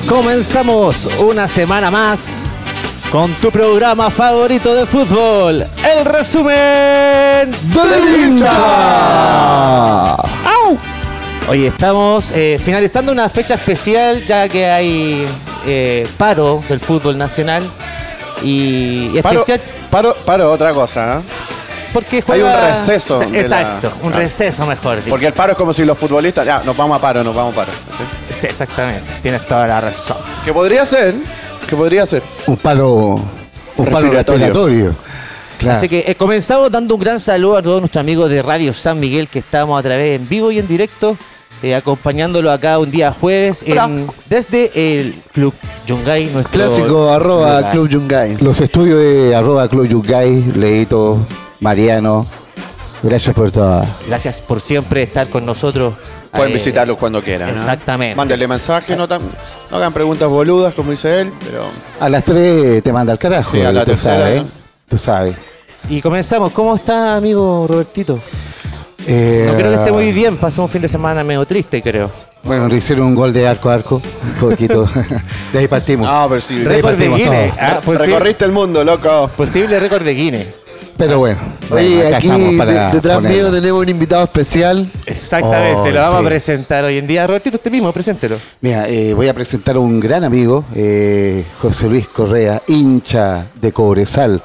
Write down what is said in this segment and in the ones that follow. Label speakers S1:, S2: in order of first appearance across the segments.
S1: comenzamos una semana más con tu programa favorito de fútbol, el resumen
S2: del hincha.
S1: ¡Au! Hoy estamos eh, finalizando una fecha especial ya que hay eh, paro del fútbol nacional y, y
S2: Paro,
S1: especial
S2: paro, paro, otra cosa. ¿eh?
S1: porque juega-
S2: un receso
S1: Exa-
S2: de la-
S1: Exacto, un
S2: Ah.
S1: receso mejor. dicho.
S2: Porque el paro es como si los futbolistas. Ya, nos vamos a paro, nos vamos a paro. ¿sí?
S1: Sí, exactamente, tienes toda la razón.
S2: Que podría ser, que podría ser.
S3: Un paro, un paro
S2: Respiratorio.
S3: respiratorio. Claro.
S1: Así que eh, comenzamos dando un gran saludo a todos nuestros amigos de Radio San Miguel que estamos a través en vivo y en directo, eh, acompañándolo acá un día jueves en-
S2: Hola.
S1: desde el Club Yungay, nuestro
S3: Clásico arroba
S1: lugar.
S3: Club Yungay. Los estudios de arroba Club Yungay, Leito, Mariano. Gracias por todo.
S1: Gracias por siempre estar con nosotros.
S2: Pueden
S1: Eh,
S2: visitarlos cuando quieran. ¿eh?
S1: exactamente.
S2: Mándenle mensaje, no, tan- no hagan preguntas boludas, como dice él, pero.
S3: A las 3 te manda al carajo.
S2: Sí, a la
S3: tú
S2: tercera,
S3: sabes. ¿eh?
S2: ¿no?
S3: Tú sabes.
S1: Y comenzamos. ¿Cómo está, amigo Robertito?
S3: Eh,
S1: No creo que esté muy bien. Pasó un fin de semana medio triste, creo.
S3: Bueno, le hicieron un gol de arco a arco. Un poquito. de ahí partimos.
S2: Ah, pero sí.
S3: Re-
S1: Récord de
S3: partimos
S1: Guinness.
S3: todos.
S1: ah, posi-
S2: Recorriste el mundo, loco.
S1: posible récord de Guinness.
S3: Pero bueno.
S4: Oye,
S3: bueno, acá
S4: aquí
S3: estamos
S4: de-
S3: para
S4: detrás
S3: ponerlo.
S4: mío tenemos un invitado especial.
S1: Exactamente.
S3: Oh,
S1: lo vamos
S3: sí.
S1: a presentar hoy en día. Robertito, usted mismo, preséntelo.
S3: Mira, eh, voy a presentar a un gran amigo, eh, José Luis Correa, hincha de Cobresal.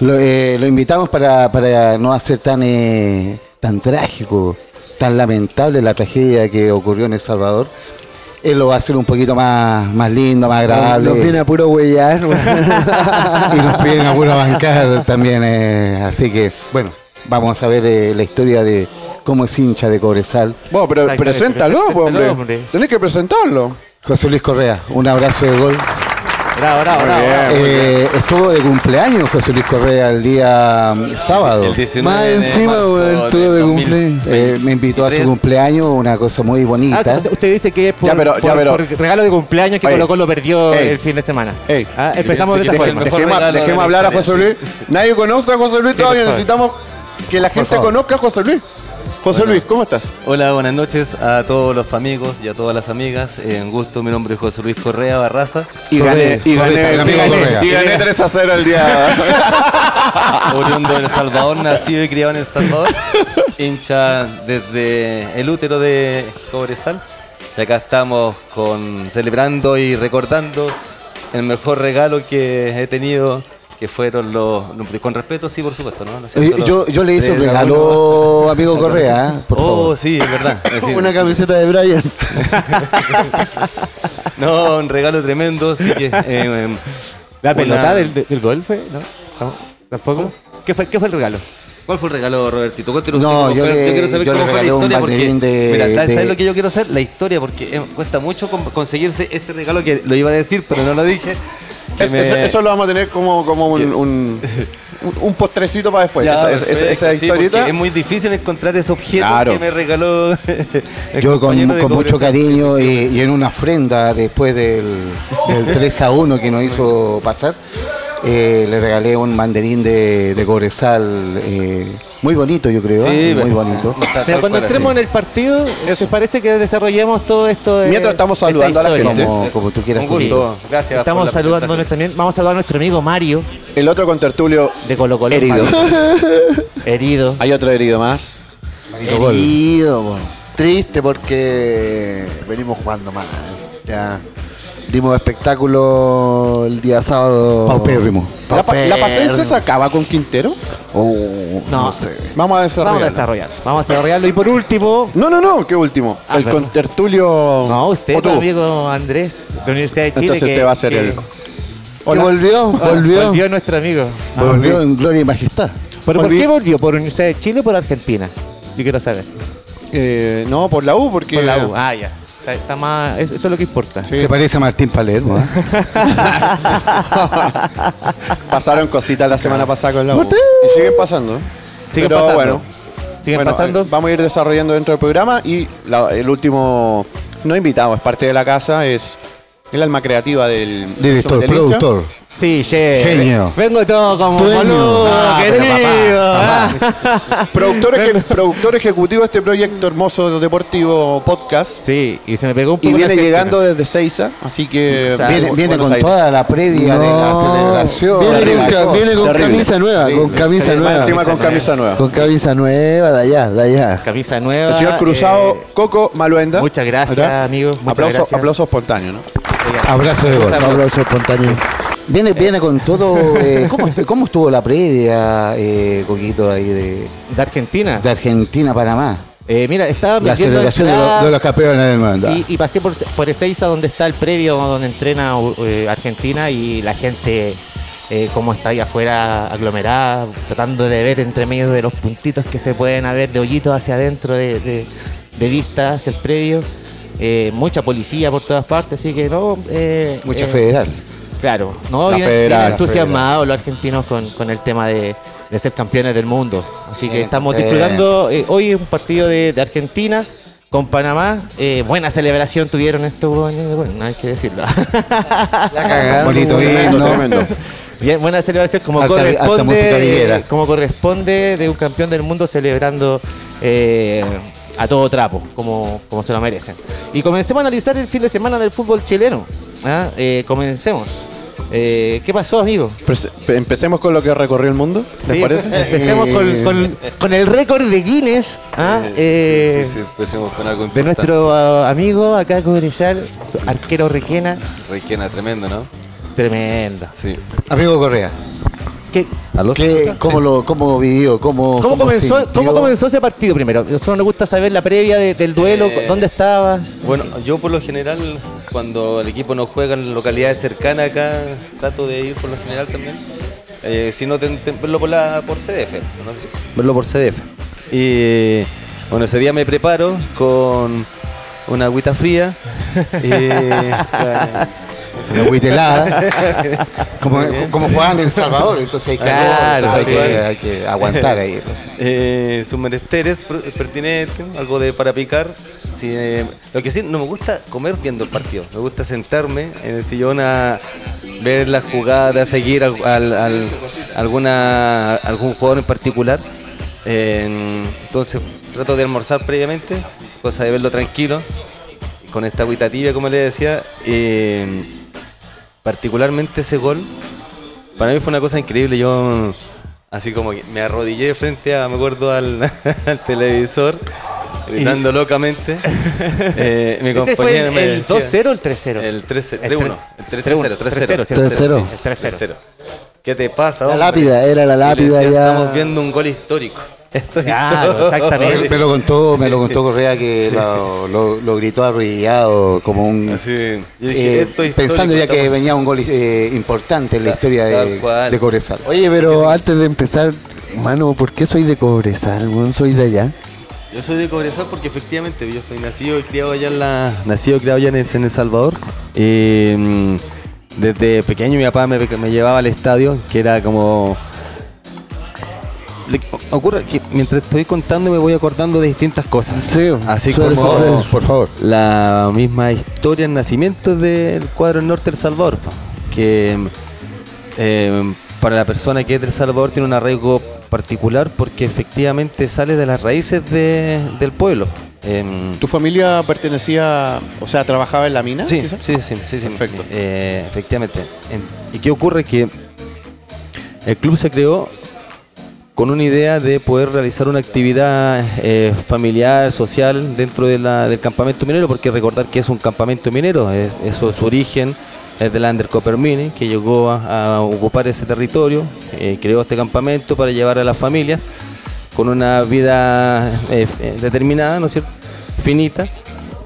S3: Lo, eh, lo invitamos para, para no hacer tan, eh, tan trágico, tan lamentable la tragedia que ocurrió en El Salvador. Él lo va a hacer un poquito más, más lindo, más agradable.
S4: Nos viene a puro huellar.
S3: y nos piden a pura bancar también. eh, así que, bueno, vamos a ver eh, la historia de cómo es hincha de Cobresal.
S2: Bueno, pero
S1: Exactamente,
S2: preséntalo,
S1: preséntalo,
S2: pues, hombre.
S1: hombre.
S2: Tenés que presentarlo.
S3: José Luis Correa, un abrazo de gol.
S1: Bravo, bravo, bravo.
S2: bien.
S5: Ah,
S1: bravo.
S3: Eh, estuvo de cumpleaños José Luis Correa el día mm, sábado.
S4: Más encima, weón, estuvo de cumpleaños.
S3: Eh, me invitó a su cumpleaños, una cosa muy
S1: Ah,
S3: bonita. Eh,
S1: sí, usted dice que es por,
S2: Ya, pero- ya,
S1: por-
S2: pero-
S1: por regalo de cumpleaños que
S2: Ey.
S1: Colo Colo perdió
S2: Ey.
S1: el fin de semana.
S2: Ey.
S1: Ah, empezamos de esa
S2: Deje-
S1: forma.
S2: Dejemos, dejemos hablar a José Luis. Nadie conoce a José Luis
S1: Sí,
S2: todavía.
S1: por favor.
S2: Necesitamos que la gente
S3: favor.
S2: conozca a José Luis. José Luis, ¿cómo estás?
S5: Hola, buenas noches a todos los amigos y a todas las amigas. Eh, un gusto, mi nombre es José Luis Correa Barraza.
S2: Y gané, y gané,
S3: Correa, el
S2: y
S3: amigo
S2: gané,
S3: Correa.
S2: y gané 3 a 0 el día.
S3: Ah.
S5: oriundo del Salvador, nacido y criado en El Salvador, hincha desde el útero de Cobresal. Y acá estamos con, celebrando y recordando el mejor regalo que he tenido, que fueron los... Con respeto, sí, por supuesto, ¿no? ¿No es
S3: Eh,
S5: cierto?
S3: yo, yo le hice un
S5: De la
S3: regalo,
S5: uno-
S3: amigo Correa, ¿eh? por
S5: oh,
S3: favor.
S5: sí, es verdad. Es decir,
S4: Una camiseta de Brian.
S5: no, un regalo tremendo. Así que, eh, em,
S1: La
S5: Buena-
S1: pelota del, del gol fue, ¿no? ¿Tam- ¿Tampoco? ¿Qué fue, ¿Qué fue el regalo?
S5: ¿Cuál fue el regalo, Robertito? Cuéntenos
S3: No,
S5: usted cómo
S3: yo
S5: fue-
S3: le-
S5: quiero saber
S3: yo le
S5: cómo fue la
S3: regalé un
S5: historia. Porque,
S3: banderín de-
S5: mira, ¿sabes
S3: de-
S5: lo que yo quiero hacer? La historia, porque eh, cuesta mucho com- conseguirse ese regalo que lo iba a decir, pero no lo dije. que
S2: Es-
S5: me-
S2: eso, eso lo vamos a tener como, como un, un, un postrecito para después.
S5: Ya,
S2: esa, esa-
S5: perfecto,
S2: esa
S5: sí,
S2: historieta.
S5: porque es muy difícil encontrar ese objeto
S2: Claro.
S5: que me regaló. el
S3: Yo con,
S5: compañero de
S3: con mucho
S5: Cobresal.
S3: cariño y, y en una ofrenda después del, del 3 a 1 que nos hizo pasar, eh, le regalé un mandarín de, de Cobresal eh, muy bonito, yo creo. ¿eh?
S5: Sí,
S3: muy
S5: bueno,
S3: bonito.
S1: Pero
S5: está- tal
S1: cuando
S5: cual,
S1: entremos en el partido, ¿se parece que desarrollemos todo esto? de-
S2: Mientras estamos
S1: esta
S2: saludando a la
S1: historia?
S2: gente.
S3: Como, como tú quieras.
S5: Un gusto. Gracias.
S1: Estamos
S5: por la
S1: saludándonos
S5: presentación.
S1: también. Vamos a saludar a nuestro amigo Mario
S2: El otro con tertulio.
S1: de Colo Colo.
S2: Herido.
S1: Herido.
S2: Hay otro herido más.
S4: Herido, po. Triste porque venimos jugando mal. Ya. Dimos espectáculo el día sábado.
S3: Paupérrimo.
S2: ¿La, pa- la paciencia se
S4: Paupérrimo.
S2: acaba con Quintero?
S4: Oh,
S1: No.
S4: no. sé.
S2: Vamos a desarrollar.
S1: Vamos a desarrollar. Vamos a desarrollarlo. Y por último,
S2: No, no, no, qué último.
S1: Ah,
S2: el
S1: perdón.
S2: con tertulio.
S1: no, usted,
S2: Otú.
S1: amigo Andrés, de la Universidad de Chile.
S2: Entonces
S1: que-
S2: usted va a ser
S1: que-
S2: el.
S4: Que volvió,
S1: Ah,
S4: volvió.
S1: Volvió nuestro amigo.
S3: Ah, Volvió en gloria y majestad.
S1: ¿Pero por
S2: Volví.
S1: qué volvió? ¿Por Universidad de Chile o por Argentina? Yo quiero saber.
S2: eh, no, por la U, porque.
S1: Por la U. Ah, ya. Está, está más, es- eso es lo que importa.
S3: Se parece a Martín Palermo. ¿eh?
S2: Pasaron cositas la semana pasada con la U.
S3: ¿Usted?
S2: Y siguen pasando.
S1: Siguen
S2: Pero
S1: pasando.
S2: bueno.
S1: Siguen
S2: Bueno,
S1: pasando.
S2: eh, Vamos a ir desarrollando dentro del programa y la- el último, no invitado, es parte de la casa, es el alma creativa del
S3: Director,
S2: resumen del hincha.
S3: productor.
S1: Sí, che.
S3: Genio.
S1: Vengo todo como
S3: Dueño.
S1: boludo,
S3: Ah, pero
S1: querido, ah.
S2: Productor, eje- productor ejecutivo de este proyecto hermoso deportivo podcast.
S1: Sí, y se me pegó un poco
S2: Y
S1: la
S2: viene
S1: gente.
S2: llegando desde Seiza, así que...
S1: Exacto.
S3: Viene,
S2: Bu-
S3: viene
S2: Buenos
S3: con
S2: Aires.
S3: toda la previa de la celebración.
S4: Viene
S3: de
S4: con,
S3: la
S4: ca-
S3: cosa.
S4: viene con
S2: Terrible.
S4: camisa nueva, con camisa
S2: Más
S4: nueva.
S2: Encima con camisa nueva.
S4: Con camisa nueva de allá, de allá.
S1: Camisa nueva.
S2: El señor Cruzado
S1: eh,
S2: Coco Maluenda.
S1: muchas gracias,
S2: Acá.
S1: amigo, muchas
S2: Aplauso,
S1: gracias.
S2: aplauso espontáneo, ¿no?
S3: Abrazo de gol. Eh.
S1: Abrazo.
S4: Aplauso espontáneo.
S3: Viene, viene con todo. eh, ¿cómo, estu- cómo estuvo la previa, eh, Coquito, ahí de,
S1: de Argentina.
S3: de Argentina a Panamá?
S1: Eh, mira, estaba
S3: La
S1: vendiendo
S3: celebración de,
S1: entradas
S3: los- de los campeones del mundo.
S1: y, y pasé por, por Ezeiza, donde está el previo donde entrena u- eh, Argentina y la gente, eh, como está ahí afuera, aglomerada, tratando de ver entre medio de los puntitos que se pueden haber de hoyitos hacia adentro de, de- de vista hacia el previo. Eh, mucha policía por todas partes, así que no. eh,
S3: Mucha
S1: eh,
S3: federal.
S1: Claro, no,
S2: La
S1: bien,
S2: federal,
S1: bien
S2: la
S1: entusiasmados los argentinos con, con el tema de, de ser campeones del mundo. Así que
S3: Bien,
S1: estamos
S3: bien.
S1: disfrutando. eh, hoy es un partido de, de Argentina con Panamá. Eh, buena celebración tuvieron estos hueones, bueno, no hay que decirlo.
S3: Bonito
S2: Tremendo,
S3: himno.
S2: tremendo.
S1: Bien, buena celebración como
S3: Alta- alta música
S1: corresponde,
S3: villera.
S1: eh, como corresponde de un campeón del mundo celebrando eh, a todo trapo, como, como se lo merecen. Y comencemos a analizar el fin de semana del fútbol chileno. ¿ah? Eh, comencemos. Eh, ¿Qué pasó, amigo?
S2: Prese- Empecemos con lo que recorrió el mundo, ¿les
S1: Sí, pues,
S2: parece?
S1: Empecemos con, con- con el récord de Guinness ¿ah? Eh,
S5: sí, sí, empecemos con algo
S1: de
S5: importante.
S1: nuestro ah, amigo acá Cobresal, su arquero Requena.
S5: Requena, tremendo, ¿no?
S1: Tremendo.
S5: Sí.
S3: Amigo Correa,
S1: ¿Qué-
S3: ¿qué- ¿cómo, lo, ¿cómo vivió? ¿Cómo,
S1: ¿Cómo, comenzó,
S3: sintió?
S1: ¿Cómo comenzó ese partido primero? Nosotros nos gusta saber la previa de- del duelo,
S5: Eh,
S1: dónde estabas.
S5: Bueno, yo por lo general, cuando el equipo no juega en localidades cercanas acá, trato de ir por lo general también. Eh, si no, ten- ten- verlo por, la, por CDF. ¿no? Verlo por CDF. Y bueno, ese día me preparo con una agüita fría. eh, claro.
S3: La huitelada. como, como jugaban en El Salvador, entonces hay que,
S1: Claro,
S3: hay que,
S5: claro.
S3: hay que aguantar ahí.
S5: Eh, sus menesteres pr- pertinentes, algo de para picar. Sí, eh, lo que sí, no me gusta comer viendo el partido. Me gusta sentarme en el sillón a ver las jugadas, a seguir al- al- al- alguna, algún jugador en particular. Eh, entonces trato de almorzar previamente, cosa de verlo tranquilo, con esta agüita tibia, como le decía. Eh, particularmente ese gol para mí fue una cosa increíble. Yo así como que me arrodillé frente a, me acuerdo, al, al televisor, gritando locamente. Eh, mi
S1: ¿Ese fue
S5: compañero
S1: el,
S5: me
S1: el
S5: decía-
S1: 2-0 o el 3-0?
S5: El 3-1.
S1: El
S5: El 3-1.
S1: 3-1, 3-0.
S5: 3-0. 3-0.
S1: El 3-0.
S5: 3-0. ¿Qué te pasa?
S4: La
S5: hombre?
S4: lápida, era la
S5: Y le
S4: lápida
S5: decía,
S4: ya.
S5: Estamos viendo un gol histórico.
S1: Claro, exactamente.
S3: Me lo contó, me lo contó Correa que lo, lo- lo gritó arrodillado como un...
S5: Así, yo
S3: eh,
S5: dije, esto es
S3: pensando ya
S5: histórico,
S3: que
S5: estamos-
S3: venía un gol eh, importante en la
S5: Tal-
S3: historia de,
S5: tal cual.
S3: de Cobresal.
S4: Oye, pero antes de empezar, mano, ¿por qué soy de Cobresal? weón? soy de allá.
S5: Yo soy de Cobresal porque efectivamente yo soy nacido y criado allá en la... Nacido y criado allá en El, en El Salvador. Eh, mm, desde pequeño mi papá me, me llevaba al estadio, que era como... Le- ocurre que mientras estoy contando me voy acordando de distintas cosas.
S4: Sí,
S5: Así
S4: suele
S5: como
S4: suceder.
S3: Por favor.
S5: la misma historia, el nacimiento del cuadro del norte del Salvador, po, que eh, para la persona que es del Salvador tiene un arraigo particular porque efectivamente sale de las raíces de- del pueblo. Em,
S2: ¿Tu familia pertenecía, o sea, trabajaba en la mina?
S5: Sí,
S2: quizás?
S5: sí, sí, sí, sí.
S2: Perfecto.
S5: Eh, efectivamente. En- ¿Y qué ocurre? Que el club se creó con una idea de poder realizar una actividad eh, familiar, social, dentro de la- del campamento minero, porque recordar que es un campamento minero, es- eso es su origen, es del Lander Coppermine, que llegó a, a ocupar ese territorio, eh, creó este campamento para llevar a las familias con una vida eh, eh, determinada, ¿no es cierto? Finita,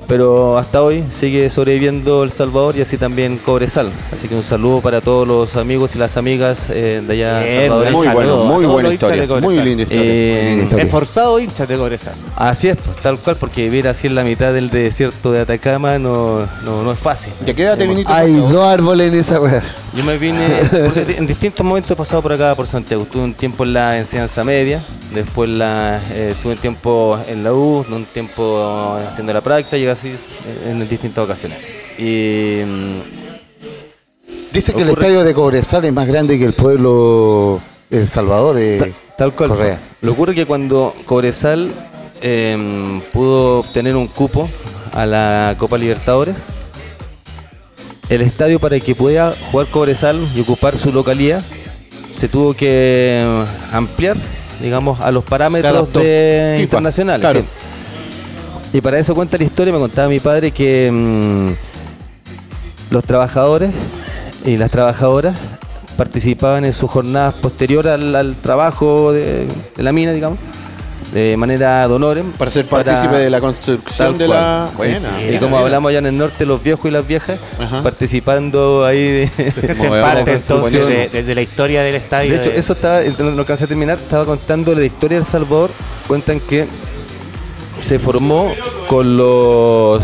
S5: pero hasta hoy sigue sobreviviendo El Salvador y así también Cobresal. Así que un saludo para todos los amigos y las amigas eh, de allá
S1: Bien,
S5: salvadoreñas.
S2: Muy
S1: Saludos
S2: bueno,
S1: a
S2: muy
S1: todos
S2: buena
S1: los hinchas de
S2: historia.
S1: Cobresal.
S2: Muy linda historia.
S5: Eh,
S3: historia.
S1: Esforzado hincha de Cobresal.
S5: así es, pues, tal cual, porque vivir así en la mitad del desierto de Atacama no, no, no es fácil.
S2: ¿De qué edad te viniste?
S4: Hay dos árboles en esa weá.
S5: Yo me vine, porque en distintos momentos he pasado por acá, por Santiago. Estuve un tiempo en la enseñanza media, después la, eh, estuve un tiempo en la U, un tiempo haciendo la práctica, llegué así eh, en distintas ocasiones. Y, mm,
S3: Dice que el
S5: Ocurre-
S3: estadio de Cobresal es más grande que el pueblo El Salvador. eh,
S5: Ta- tal cual.
S3: Correa.
S5: Lo ocurre que cuando Cobresal em, pudo obtener un cupo a la Copa Libertadores, el estadio para que pudiera jugar Cobresal y ocupar su localía se tuvo que em, ampliar, digamos, a los parámetros
S2: adaptó.
S5: de
S2: FIFA,
S5: internacionales.
S2: claro.
S5: sí. Y para eso cuenta la historia, me contaba mi padre que em, los trabajadores y las trabajadoras participaban en sus jornadas posterior al, al trabajo de, de la mina, digamos, de manera de honor.
S2: Para ser partícipe de la construcción
S5: Tal
S2: de la.
S5: cual.
S2: Buena.
S5: Y como hablamos allá en el norte, los viejos y las viejas
S2: Ajá.
S5: participando ahí. De,
S1: Se sienten
S5: como
S1: parte
S5: de-
S1: entonces de,
S5: de,
S1: de- de la historia del estadio.
S5: hecho,
S1: de-
S5: eso estaba, el- no alcancé a terminar, estaba contando la historia del Salvador. Cuentan que se formó con los.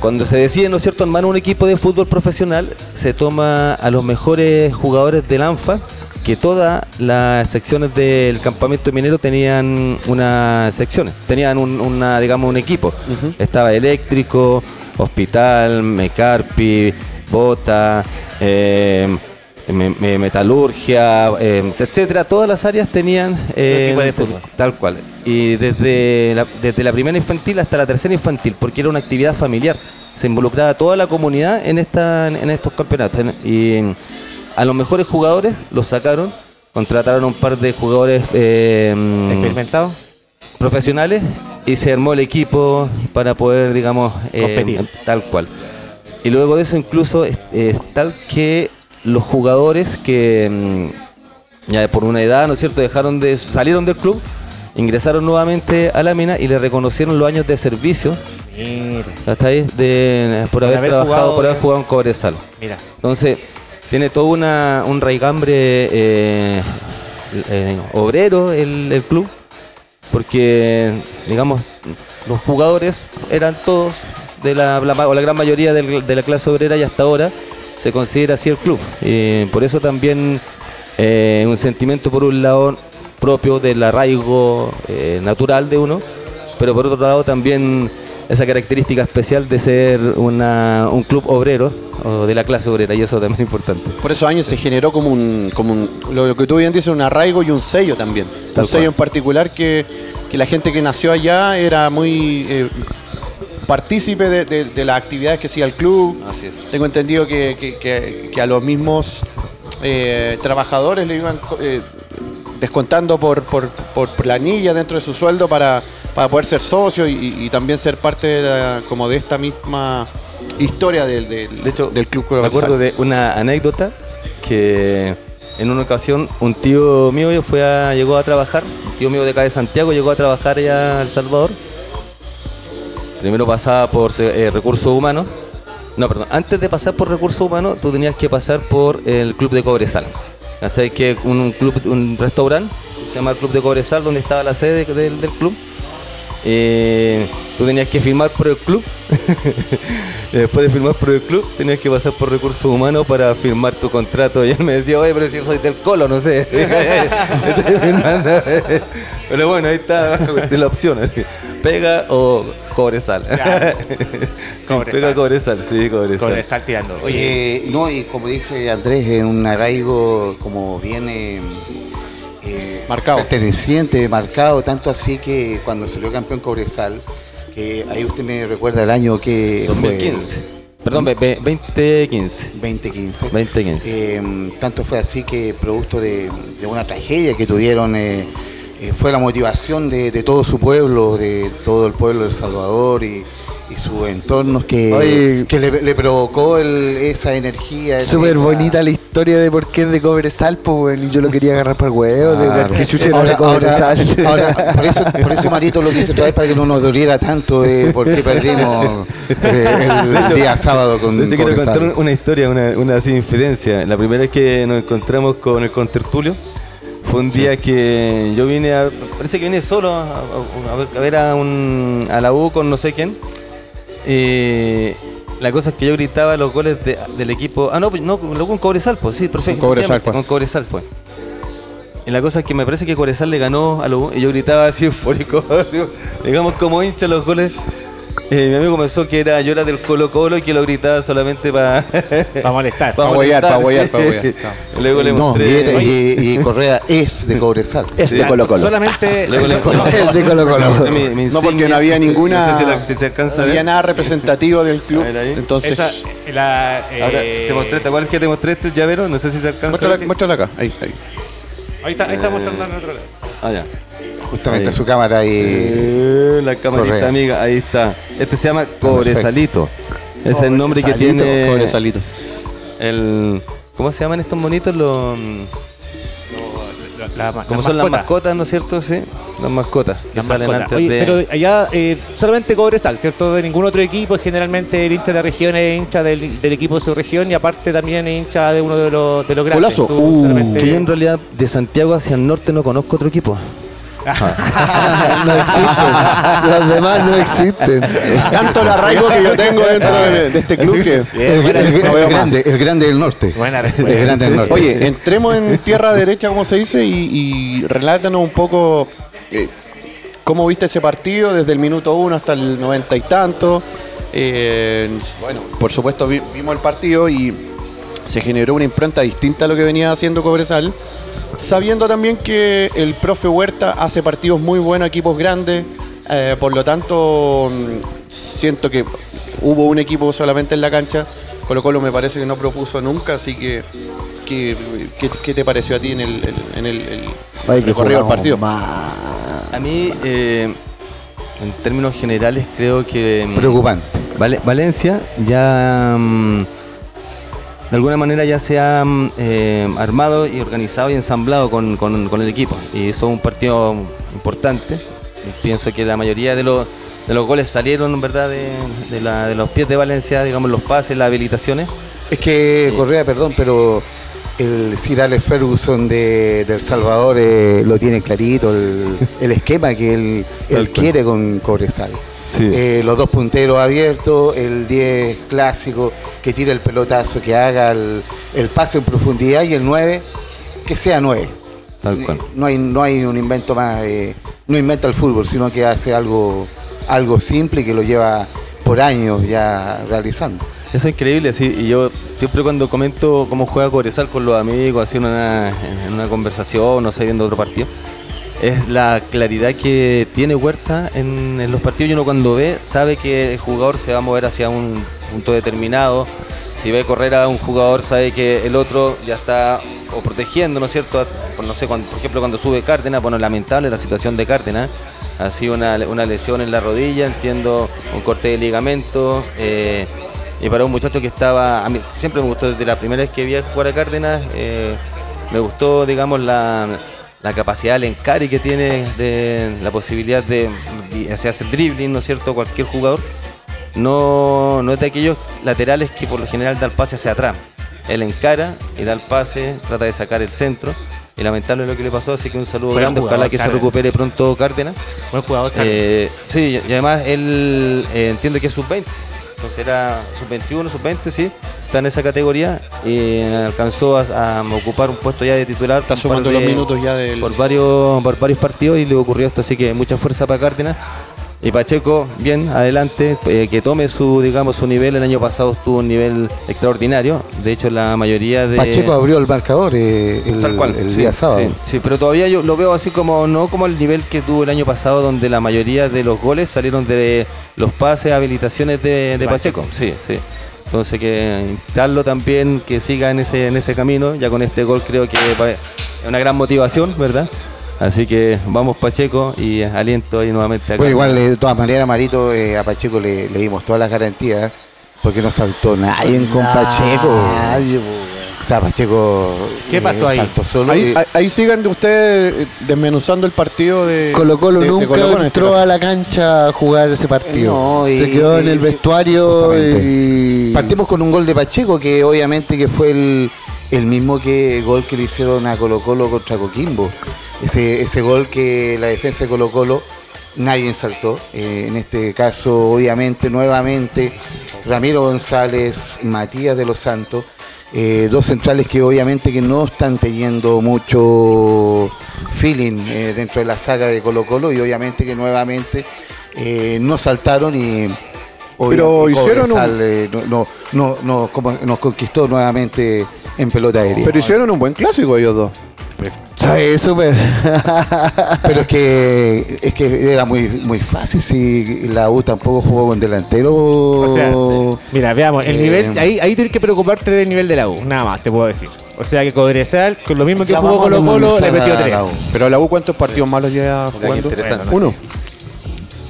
S5: Cuando se decide, ¿no es cierto?, armar un equipo de fútbol profesional, se toma a los mejores jugadores del ANFA, que todas las secciones del campamento minero tenían una sección, tenían un, una, digamos, un equipo. Estaba eléctrico, hospital, mecarpi, bota, eh, me- me- metalurgia, eh, etcétera. Todas las áreas tenían eh,
S1: equipo de fútbol.
S5: Tal cual. Y desde la, desde la primera infantil hasta la tercera infantil, porque era una actividad familiar. Se involucraba toda la comunidad en, esta, en estos campeonatos. En- Y a los mejores jugadores los sacaron, contrataron a un par de jugadores eh,
S1: ¿Experimentado?
S5: profesionales y se armó el equipo para poder, digamos, eh,
S1: Competir.
S5: tal cual. Y luego de eso incluso es, es tal que los jugadores que mm, ya por una edad, ¿no es cierto?, dejaron de salieron del club, ingresaron nuevamente a la mina y le reconocieron los años de servicio,
S1: Mira,
S5: hasta ahí, de, por, haber,
S1: haber
S5: trabajado,
S1: jugado,
S5: por haber
S1: eh.
S5: jugado en Cobresal.
S1: mira.
S5: Entonces, tiene todo una, un raigambre eh, eh, obrero el, el club, porque, digamos, los jugadores eran todos, de la, la ma- o la gran mayoría del- de la clase obrera y hasta ahora se considera así el club. Y por eso también eh, un sentimiento, por un lado, propio del arraigo eh, natural de uno, pero por otro lado también esa característica especial de ser una- un club obrero o de la clase obrera, y eso también es importante.
S2: Por esos años se generó como un, como un- lo que tú bien dices, un arraigo y un sello también.
S5: Tal
S2: un sello
S5: cual.
S2: en particular que, que la gente que nació allá era muy eh, partícipe de, de- de las actividades que hacía el club.
S5: Así es.
S2: Tengo entendido que, que- que- que a los mismos eh, trabajadores le iban co- eh, descontando por, por, por planilla dentro de su sueldo para, para poder ser socio y, y- y también ser parte de la- como de esta misma historia del, del-
S5: De hecho,
S2: del club
S5: me acuerdo de una anécdota que en una ocasión un tío mío fue a- llegó a trabajar, un tío mío de acá de Santiago llegó a trabajar allá a El Salvador. Primero pasaba por eh, recursos humanos. No, perdón. Antes de pasar por recursos humanos, tú tenías que pasar por el club de Cobresal. Hasta que un, un club, un restaurante, se llama el Club de Cobresal, donde estaba la sede del- del club. Eh, tú tenías que firmar por el club. Y Después de firmar por el club, tenías que pasar por recursos humanos para firmar tu contrato. Y él me decía, oye, pero si yo soy del colo, no sé. Estoy firmando. pero bueno, ahí está la opción. así. Pega o cobresal.
S1: Claro.
S5: Sí,
S1: Cobresal.
S5: Pega cobresal, sí, cobresal.
S1: Con el sal tirando. Oye,
S3: Eh, no, y como dice Andrés, en un arraigo como viene eh,
S2: Marcado.
S3: perteneciente, marcado, tanto así que cuando salió campeón Cobresal, que ahí usted me recuerda el año que fue,
S5: 2015. Perdón, ve- ve- 2015.
S3: 2015.
S5: 2015.
S3: Eh, tanto fue así que producto de, de una tragedia que tuvieron, eh, eh, fue la motivación de, de todo su pueblo, de todo el pueblo de El Salvador y, y sus entornos que,
S4: Oye.
S3: que le, le provocó el- esa energía. esa-
S4: Súper bonita la historia de por qué es de Cobresal, pues, weón, y yo lo quería agarrar para el huevo,
S3: Claro.
S4: de que chucha era
S3: Ah, Ahora-
S4: de Cobresal.
S3: ahora- ahora, por, eso, por eso Marito lo dice otra vez para que no nos doliera tanto de por qué perdimos eh, el día sábado con
S5: Yo te quiero
S3: Cobresal.
S5: contar un- una historia, una, una así infidencia. La primera vez que nos encontramos con el contertulio fue un día que yo vine a. Parece que vine solo a, a- a ver, a ver a, un- a la U con no sé quién. Eh, la cosa es que yo gritaba los goles de- del equipo. Ah, no, pues, no, luego con Cobresal, pues sí, perfecto.
S2: Con Cobresal, pues.
S5: Con Cobresal, pues. Y la cosa es que me parece que Cobresal le ganó a la U y yo gritaba así eufórico, digamos como hincha los goles Eh, mi amigo comenzó que era yo era del Colo Colo y que lo gritaba solamente para eh,
S1: Para molestar.
S2: Pa' huear, pa' huear, pa' huear.
S5: Luego le
S3: No, y,
S5: mostré.
S3: era- y- y Correa es de Cobresal.
S6: Es de Colo Colo.
S1: Solamente.
S5: Luego le-
S3: Es de Colo Colo.
S5: Mi- mi
S2: No, porque
S5: insignia.
S2: no había ninguna.
S5: No sé si la- si se alcanza
S2: no
S5: a
S2: había
S5: ver.
S2: nada representativo del club.
S5: A ver ahí.
S2: Entonces,
S1: Esa, la, eh,
S5: Ahora, te mostré, ¿te acuerdas que te mostré este llavero? No sé si se alcanza a
S2: muéstrala,
S5: ver.
S2: muéstrala acá. Ahí, ahí.
S1: Ahí está, ahí
S5: Eh,
S1: está mostrando en otro lado.
S5: Ah, ya.
S3: Justamente
S5: Ahí.
S3: su cámara y.
S5: Eh, la camarita
S3: Correa.
S5: amiga, ahí está. Este se llama Cobresalito. Ese es el nombre que
S3: Cobresalito,
S5: tiene.
S2: Cobresalito.
S5: El, ¿Cómo se llaman estos monitos? Los,
S1: La- la-
S5: como son las mascotas, ¿no es cierto? Sí, las mascotas que
S1: Las
S5: salen
S1: mascotas.
S5: antes
S1: Oye,
S5: de.
S1: Pero allá eh, solamente Cobresal, ¿cierto? De ningún otro equipo. es Generalmente el hincha de la región es hincha del, del equipo de su región y aparte también es hincha de uno de los, de los grandes.
S2: Golazo.
S1: Tú
S2: Uh,
S1: solamente-
S5: Que yo en realidad de Santiago hacia el norte no conozco otro equipo.
S4: No existen. Las demás no existen.
S2: Tanto el arraigo que yo tengo dentro de, de este club que.
S3: El, el- el grande, el grande del norte.
S1: Buena
S3: El
S1: respuesta.
S3: grande del norte.
S2: Oye, entremos en tierra derecha, como se dice, y, y relátanos un poco eh, cómo viste ese partido desde el minuto uno hasta el noventa y tanto. Eh, bueno, por supuesto vi- vimos el partido y se generó una impronta distinta a lo que venía haciendo Cobresal, sabiendo también que el profe Huerta hace partidos muy buenos, a equipos grandes, eh, por lo tanto mm, siento que hubo un equipo solamente en la cancha, Colo Colo me parece que no propuso nunca, así que ¿qué, qué- qué te pareció a ti en el, en el, el-
S4: Ay,
S2: el
S4: que
S2: recorrido del
S4: jugamos
S2: partido?
S4: mal.
S5: A mí, eh, en términos generales, creo que. mm,
S3: Preocupante.
S5: Vale- Valencia ya mm, de alguna manera ya se ha mm, eh, armado y organizado y ensamblado con, con- con el equipo. Y eso es un partido importante. Y Pienso que la mayoría de los, de los goles salieron ¿verdad? De, de la- de los pies de Valencia, digamos los pases, las habilitaciones.
S3: Es que Correa, perdón, pero el Sir Alex Ferguson de, de El Salvador eh, lo tiene clarito, el, el esquema que él, él quiere con Cobresal. Eh, los dos punteros abiertos, el 10 clásico que tira el pelotazo, que haga el, el pase en profundidad y el 9 que sea 9.
S5: Tal cual.
S3: No hay, no hay un invento más, eh, no inventa el fútbol, sino que hace algo, algo simple que lo lleva por años ya realizando.
S5: Eso es increíble, sí. Y yo siempre cuando comento cómo juega Cobresal con los amigos, así en una, en una conversación, no sé, viendo otro partido, es la claridad que tiene Huerta en, en los partidos. Y uno cuando ve, sabe que el jugador se va a mover hacia un punto determinado. Si ve correr a un jugador, sabe que el otro ya está o protegiendo, ¿no es cierto? Por, no sé, cuando- por ejemplo, cuando sube Cárdenas, bueno, lamentable la situación de Cárdenas. Ha sido una, una lesión en la rodilla, entiendo, un corte de ligamento. eh, y para un muchacho que estaba, a mí siempre me gustó, desde la primera vez que vi a jugar a Cárdenas, eh, me gustó, digamos, la, la capacidad, el encare que tiene, de la posibilidad de, de hacer dribbling, ¿no es cierto?, cualquier jugador. No, no es de aquellos laterales que por lo general da el pase hacia atrás. Él encara y da el pase, trata de sacar el centro. Y lamentable lo que le pasó, así que un saludo
S1: Buen
S5: grande, ojalá
S1: jugador,
S5: que se
S1: Cárdenas.
S5: recupere pronto Cárdenas.
S1: Buen jugador, Carlos.
S5: Eh, sí, y además él eh, entiende que es sub-20. Entonces era sub-21, sub-20, sí. Está en esa categoría. Y alcanzó a, a ocupar un puesto ya de titular.
S2: Está
S5: un par
S2: sumando
S5: de-
S2: los minutos ya del.
S5: Por varios, por varios partidos y le ocurrió esto. Así que mucha fuerza para Cárdenas. Y Pacheco, bien, adelante, eh, que tome su, digamos, su nivel. El año pasado tuvo un nivel extraordinario. De hecho, la mayoría de...
S3: Pacheco abrió el marcador eh, el,
S5: Tal cual,
S3: el
S5: sí,
S3: día sábado.
S5: Sí, sí, pero todavía yo lo veo así como no como el nivel que tuvo el año pasado, donde la mayoría de los goles salieron de los pases, habilitaciones de, de Pacheco. Sí, sí. Entonces que instarlo también, que siga en ese, en ese camino. Ya con este gol creo que va- es una gran motivación, ¿verdad? Así que vamos Pacheco y aliento ahí nuevamente. acá.
S3: Bueno, igual eh, de todas maneras, Marito, eh, a Pacheco le, le dimos todas las garantías porque no saltó nadie con Pacheco.
S4: Nadie, po,
S3: O sea, Pacheco.
S1: ¿Qué pasó ahí? ah,
S3: Saltó solo.
S2: Ahí,
S3: eh,
S2: ahí- ahí sigan de ustedes eh, desmenuzando el partido de.
S4: Colo Colo
S2: de- de
S4: nunca
S2: Colo-Colo en este
S4: entró
S2: caso.
S4: a la cancha a jugar ese partido.
S3: No, y-
S4: Se quedó en
S3: y-
S4: el vestuario
S3: justamente.
S4: y...
S3: Partimos con un gol de Pacheco que obviamente que fue el, el mismo que gol que le hicieron a Colo Colo contra Coquimbo. Ese, ese gol que la defensa de Colo Colo nadie saltó. Eh, en este caso, obviamente, nuevamente, Ramiro González, Matías de los Santos, eh, dos centrales que obviamente que no están teniendo mucho feeling eh, dentro de la saga de Colo Colo y obviamente que nuevamente eh, no saltaron y
S2: Pero hicieron un-
S3: Cobresal, eh, no, no, no, no, como- nos conquistó nuevamente en pelota aérea.
S2: Pero hicieron un buen clásico ellos dos.
S4: ¿Sabes eso? Pero-
S3: Pero es que es que era muy muy fácil si la U tampoco jugó con delantero.
S1: O sea, mira, veamos, el
S3: Eh.
S1: nivel, ahí, ahí tienes que preocuparte del nivel de la U, nada más te puedo decir. O sea que Cobresal, con lo mismo que
S3: Ya
S1: jugó
S3: vamos a
S1: Colo Colo, le
S3: demonizar
S1: metió
S3: a la
S1: tres.
S3: U.
S2: Pero la U, ¿cuántos partidos malos lleva
S5: Porque aquí
S2: jugando?
S5: interesante.
S2: Uno.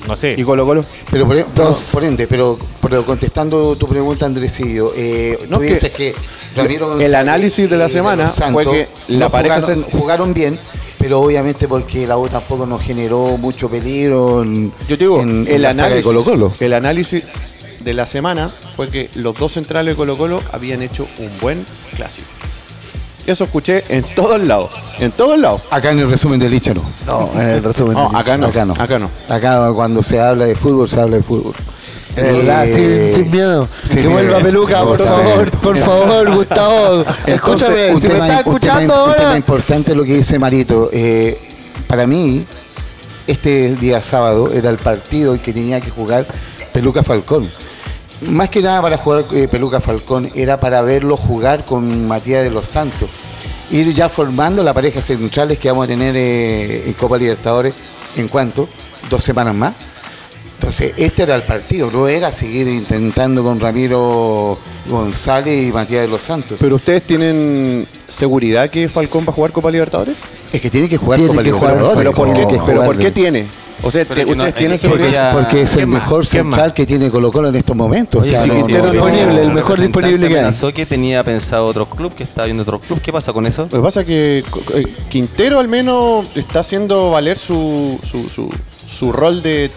S1: No sé.
S2: Y Colo Colo.
S3: Pero por, por- por ende, pero, pero contestando tu pregunta, Andresillo, eh,
S2: No,
S3: tú
S2: que-
S3: dices que Ramiro
S2: el
S3: González
S2: análisis de la
S3: y
S2: semana
S3: Los Santos
S2: fue que
S3: no
S2: la pareja
S3: jugaron,
S2: se-
S3: jugaron bien, pero obviamente porque la U tampoco nos generó mucho peligro en,
S2: Yo te digo,
S3: en- en
S2: el,
S3: la saga de
S2: análisis,
S3: Colo Colo.
S2: el análisis de la semana fue que los dos centrales de Colo Colo habían hecho un buen clásico. Eso escuché en todos lados. En todos lados.
S3: Acá en el resumen del hincha no.
S4: no, en el resumen.
S2: No, acá no.
S3: Acá no.
S2: Acá no.
S3: Acá cuando se habla de fútbol, se habla de fútbol.
S4: De verdad,
S3: Eh,
S4: sin, sin miedo.
S3: sin
S4: que
S3: miedo. eh,
S4: vuelva peluca, por favor,
S3: Exactamente.
S4: por favor, Gustavo. Escúchame,
S3: un
S4: si me
S3: tema-
S4: estás
S3: un tema-
S4: escuchando
S3: un tema
S4: ahora.
S3: importante lo que dice Marito. Eh, para mí, este día sábado era el partido en que tenía que jugar Peluca Falcón. Más que nada para jugar eh, Peluca Falcón, era para verlo jugar con Matías de los Santos. Ir ya formando la pareja centrales que vamos a tener eh, en Copa Libertadores en cuanto, dos semanas más. Entonces, este era el partido, no era seguir intentando con Ramiro González y Matías de los Santos.
S2: Pero ustedes tienen seguridad que Falcón va a jugar Copa Libertadores?
S3: Es que tiene que jugar
S4: Tiene
S3: Copa
S4: que jugar,
S3: Libertadores.
S2: Pero, ¿por, qué,
S4: no,
S2: que- pero ¿por
S4: jugarle.
S2: qué tiene? O sea,
S5: Pero
S2: te-
S5: que no,
S2: ustedes
S5: hay
S2: tienen
S5: que- porque
S2: seguridad.
S5: ya-
S3: Porque es el
S1: ¿Quién más?
S3: mejor
S1: ¿Quién más?
S3: central que tiene Colo Colo en estos momentos.
S5: Oye,
S3: o sea,
S5: sí,
S3: no-
S5: Quintero
S3: no-
S5: no-
S4: disponible, el mejor
S5: representante
S4: disponible que hay.
S5: amenazó que tenía pensado otro club que estaba viendo otro club. ¿Qué pasa con eso?
S2: Lo que pasa es que co- co- eh, Quintero al menos está haciendo valer su, su, su, su rol de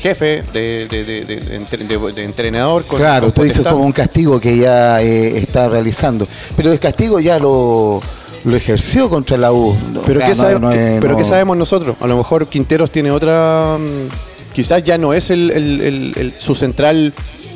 S2: jefe, de, de, de- de- de entre- de- de entrenador. con-
S3: Claro,
S2: con
S3: tú dices
S2: potestad.
S3: como un castigo que ya eh, está realizando. Pero el castigo ya lo, lo ejerció contra la U. O
S2: Pero,
S3: sea,
S2: ¿qué,
S3: no-
S2: sabe-
S3: no es-
S2: pero
S3: no-
S2: ¿qué sabemos nosotros? A lo mejor Quinteros tiene otra... mm, Quizás ya no es el, el- el- el- su central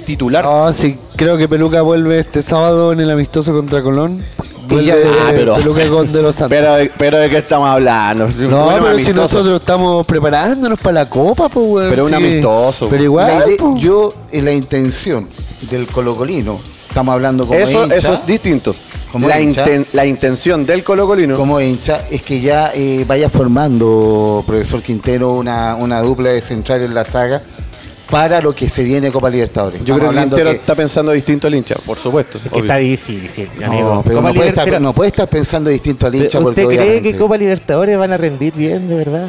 S2: titular.
S4: No, sí, creo que Peluca vuelve este sábado en el amistoso contra Colón. Vuelve
S3: ya-
S2: ah, pero-
S4: Peluca con De Los Santos.
S2: Pero, de- pero ¿de qué estamos hablando?
S4: no,
S2: Bueno,
S4: pero si
S2: amistoso.
S4: nosotros estamos preparándonos para la copa, pues, weón.
S2: Pero un
S4: sí.
S2: amistoso.
S4: Pero
S3: La
S4: igual, pues.
S3: ide-
S4: po.
S3: yo, eh, la intención del colocolino, estamos hablando como
S2: Eso,
S3: hincha,
S2: eso es distinto.
S3: Como
S2: La,
S3: hincha.
S2: inten- la intención del Colo Colino...
S3: como hincha, es que ya eh, vaya formando, profesor Quintero, una, una dupla de central en la saga para lo que se viene Copa Libertadores.
S2: Yo
S3: Estamos
S2: creo que
S3: hablando
S2: Quintero
S3: que-
S2: está pensando distinto al hincha, por supuesto.
S1: Es que
S2: obvio.
S1: está difícil, amigo.
S3: No, pero
S1: Copa
S3: no puede,
S1: Liber-
S3: estar,
S1: pero-
S3: no puede estar pensando distinto al hincha. porque
S1: ¿Usted cree
S3: obviamente
S1: que Copa Libertadores van a rendir bien, de verdad?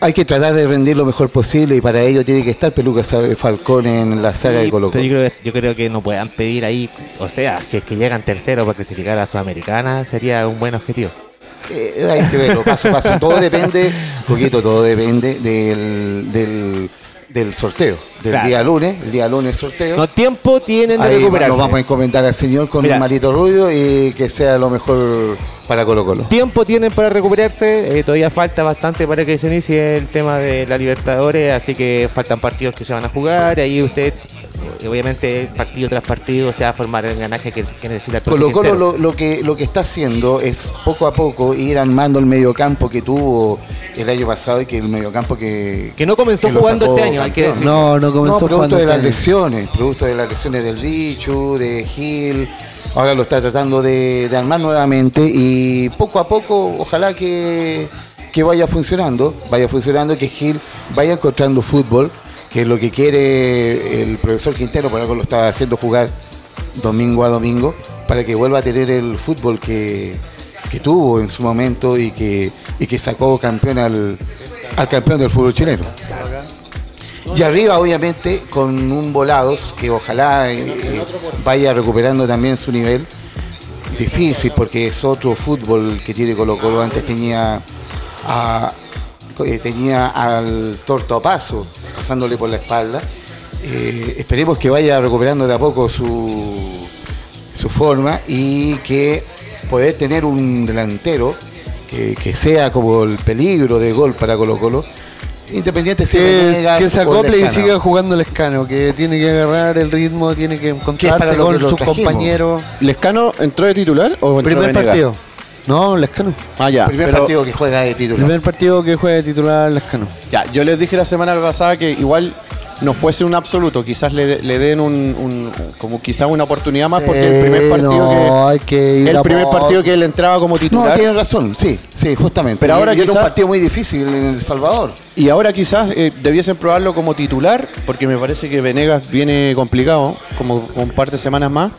S3: Hay que tratar de rendir lo mejor posible y para ello tiene que estar Peluca Sa- Falcón en la saga
S1: Sí,
S3: de Colo
S1: pero
S3: Colo.
S1: yo, creo que, yo creo que no puedan pedir ahí, o sea, si es que llegan tercero para clasificar a Sudamericana, sería un buen objetivo.
S3: Eh, hay que verlo paso a paso. Todo depende, poquito, todo depende del, del, del sorteo. Del
S1: Claro.
S3: día lunes, el día lunes sorteo.
S1: No tiempo tienen de
S3: ¿Eh? Ahí
S1: recuperarse.
S3: nos vamos a encomendar al señor con
S1: Mira.
S3: un marito rubio y que sea lo mejor para Colo Colo.
S1: Tiempo tienen para recuperarse, eh, todavía falta bastante para que se inicie el tema de la Libertadores, así que faltan partidos que se van a jugar, ahí usted, eh, obviamente, partido tras partido se va a formar el ganaje que, que necesita el
S3: Colo
S1: profe
S3: Colo
S1: Quintero.
S3: lo, lo que, lo que está haciendo es poco a poco ir armando el mediocampo que tuvo el año pasado y que el mediocampo que...
S1: Que no comenzó
S3: que lo
S1: jugando
S3: sacó
S1: este año, hay que
S3: campeón.
S1: decir.
S4: No, no comenzó
S3: No, producto
S4: jugando
S3: de
S4: este
S3: las
S4: año.
S3: lesiones, producto de las lesiones del Richu, de Gil. Ahora lo está tratando de, de armar nuevamente y poco a poco ojalá que, que vaya funcionando, vaya funcionando, que Gil vaya encontrando fútbol, que es lo que quiere el profesor Quintero, por algo lo está haciendo jugar domingo a domingo, para que vuelva a tener el fútbol que, que tuvo en su momento y que, y que sacó campeón al, al campeón del fútbol chileno. Y arriba, obviamente, con un volados que ojalá eh, eh, vaya recuperando también su nivel. Difícil porque es otro fútbol que tiene Colo Colo. Antes tenía a- eh, tenía al torto a paso, pasándole por la espalda. Eh, esperemos que vaya recuperando de a poco su, su forma y que poder tener un delantero que, que sea como el peligro de gol para Colo Colo. Independiente si
S4: Que,
S3: Venegas
S4: que se
S3: o
S4: acople y
S3: Lescano.
S4: siga jugando el escano, que tiene que agarrar el ritmo, tiene que encontrarse
S3: para lo
S4: con
S3: que lo
S4: sus
S3: trajimos.
S4: compañeros.
S2: ¿Lescano entró de titular o entró
S4: Primer
S2: Venegas?
S4: partido. No, Lescano.
S2: Ah, ya.
S3: Primer
S2: pero-
S3: partido que juega de título.
S4: Primer partido que juega de titular Lescano.
S2: Ya, yo les dije la semana pasada que igual no fuese un absoluto. Quizás le, le den un, un- como quizás una oportunidad más porque
S4: Sí,
S2: el primer partido
S4: no, hay
S2: que,
S4: que ir
S2: el
S4: a
S2: primer
S4: por-
S2: partido que él entraba como
S3: No,
S2: titular
S3: tienes razón, sí, sí, justamente.
S2: Pero
S3: Y-
S2: ahora
S3: y era un
S2: quizás-
S3: partido muy difícil en El Salvador.
S2: y ahora quizás eh, debiesen probarlo como titular porque me parece que Venegas viene complicado como con un par de semanas más.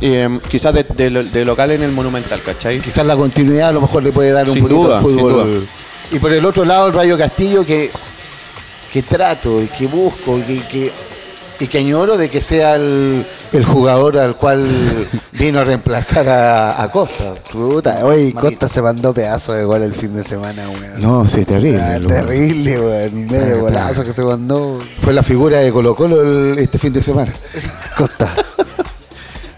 S2: Eh, quizás de, de lo- de local en el Monumental, ¿cachai?
S3: Quizás la continuidad a lo mejor le puede dar un
S2: Sin
S3: poquito
S2: duda,
S3: al
S2: sin
S3: fútbol.
S2: duda.
S3: Y por el otro lado, el Rayo Castillo que, que trato y que busco y que, que- y que añoro de que sea el, el jugador al cual vino a reemplazar a, a Costa.
S4: Puta, oye,
S3: Mamita.
S4: Costa se mandó pedazo de gol el fin de semana, weón.
S3: No, sí, terrible.
S4: Ah,
S3: lo-
S4: terrible, weón. Medio
S3: Está-
S4: golazo que se mandó.
S3: Fue la figura de Colo Colo el- este fin de semana.
S4: Costa.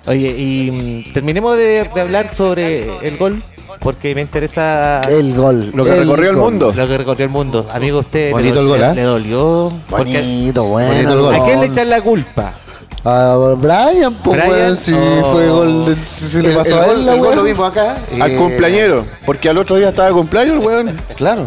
S1: Oye, y mm, terminemos de, de hablar sobre el gol, porque me interesa
S4: El gol.
S2: Lo que recorrió el
S4: gol.
S2: mundo.
S1: lo que recorrió el mundo. Amigo, usted
S3: Bonito
S1: le,
S3: el
S1: dol-
S3: gol,
S1: le-
S3: ¿ah?
S1: le dolió. Porque,
S4: Bonito, bueno.
S3: Bonito el gol.
S1: ¿A quién le
S4: gol.
S1: echan la culpa?
S4: A Brian, pues,
S1: Brian,
S4: weón. Si
S1: oh.
S4: fue gol. del- si se
S3: El,
S4: le
S3: el
S4: pasó a él,
S3: gol,
S4: la
S3: el gol
S4: weón.
S3: lo vimos acá.
S2: Al
S3: eh,
S2: cumpleañero, porque al otro día estaba de cumpleaños el weón.
S3: Claro.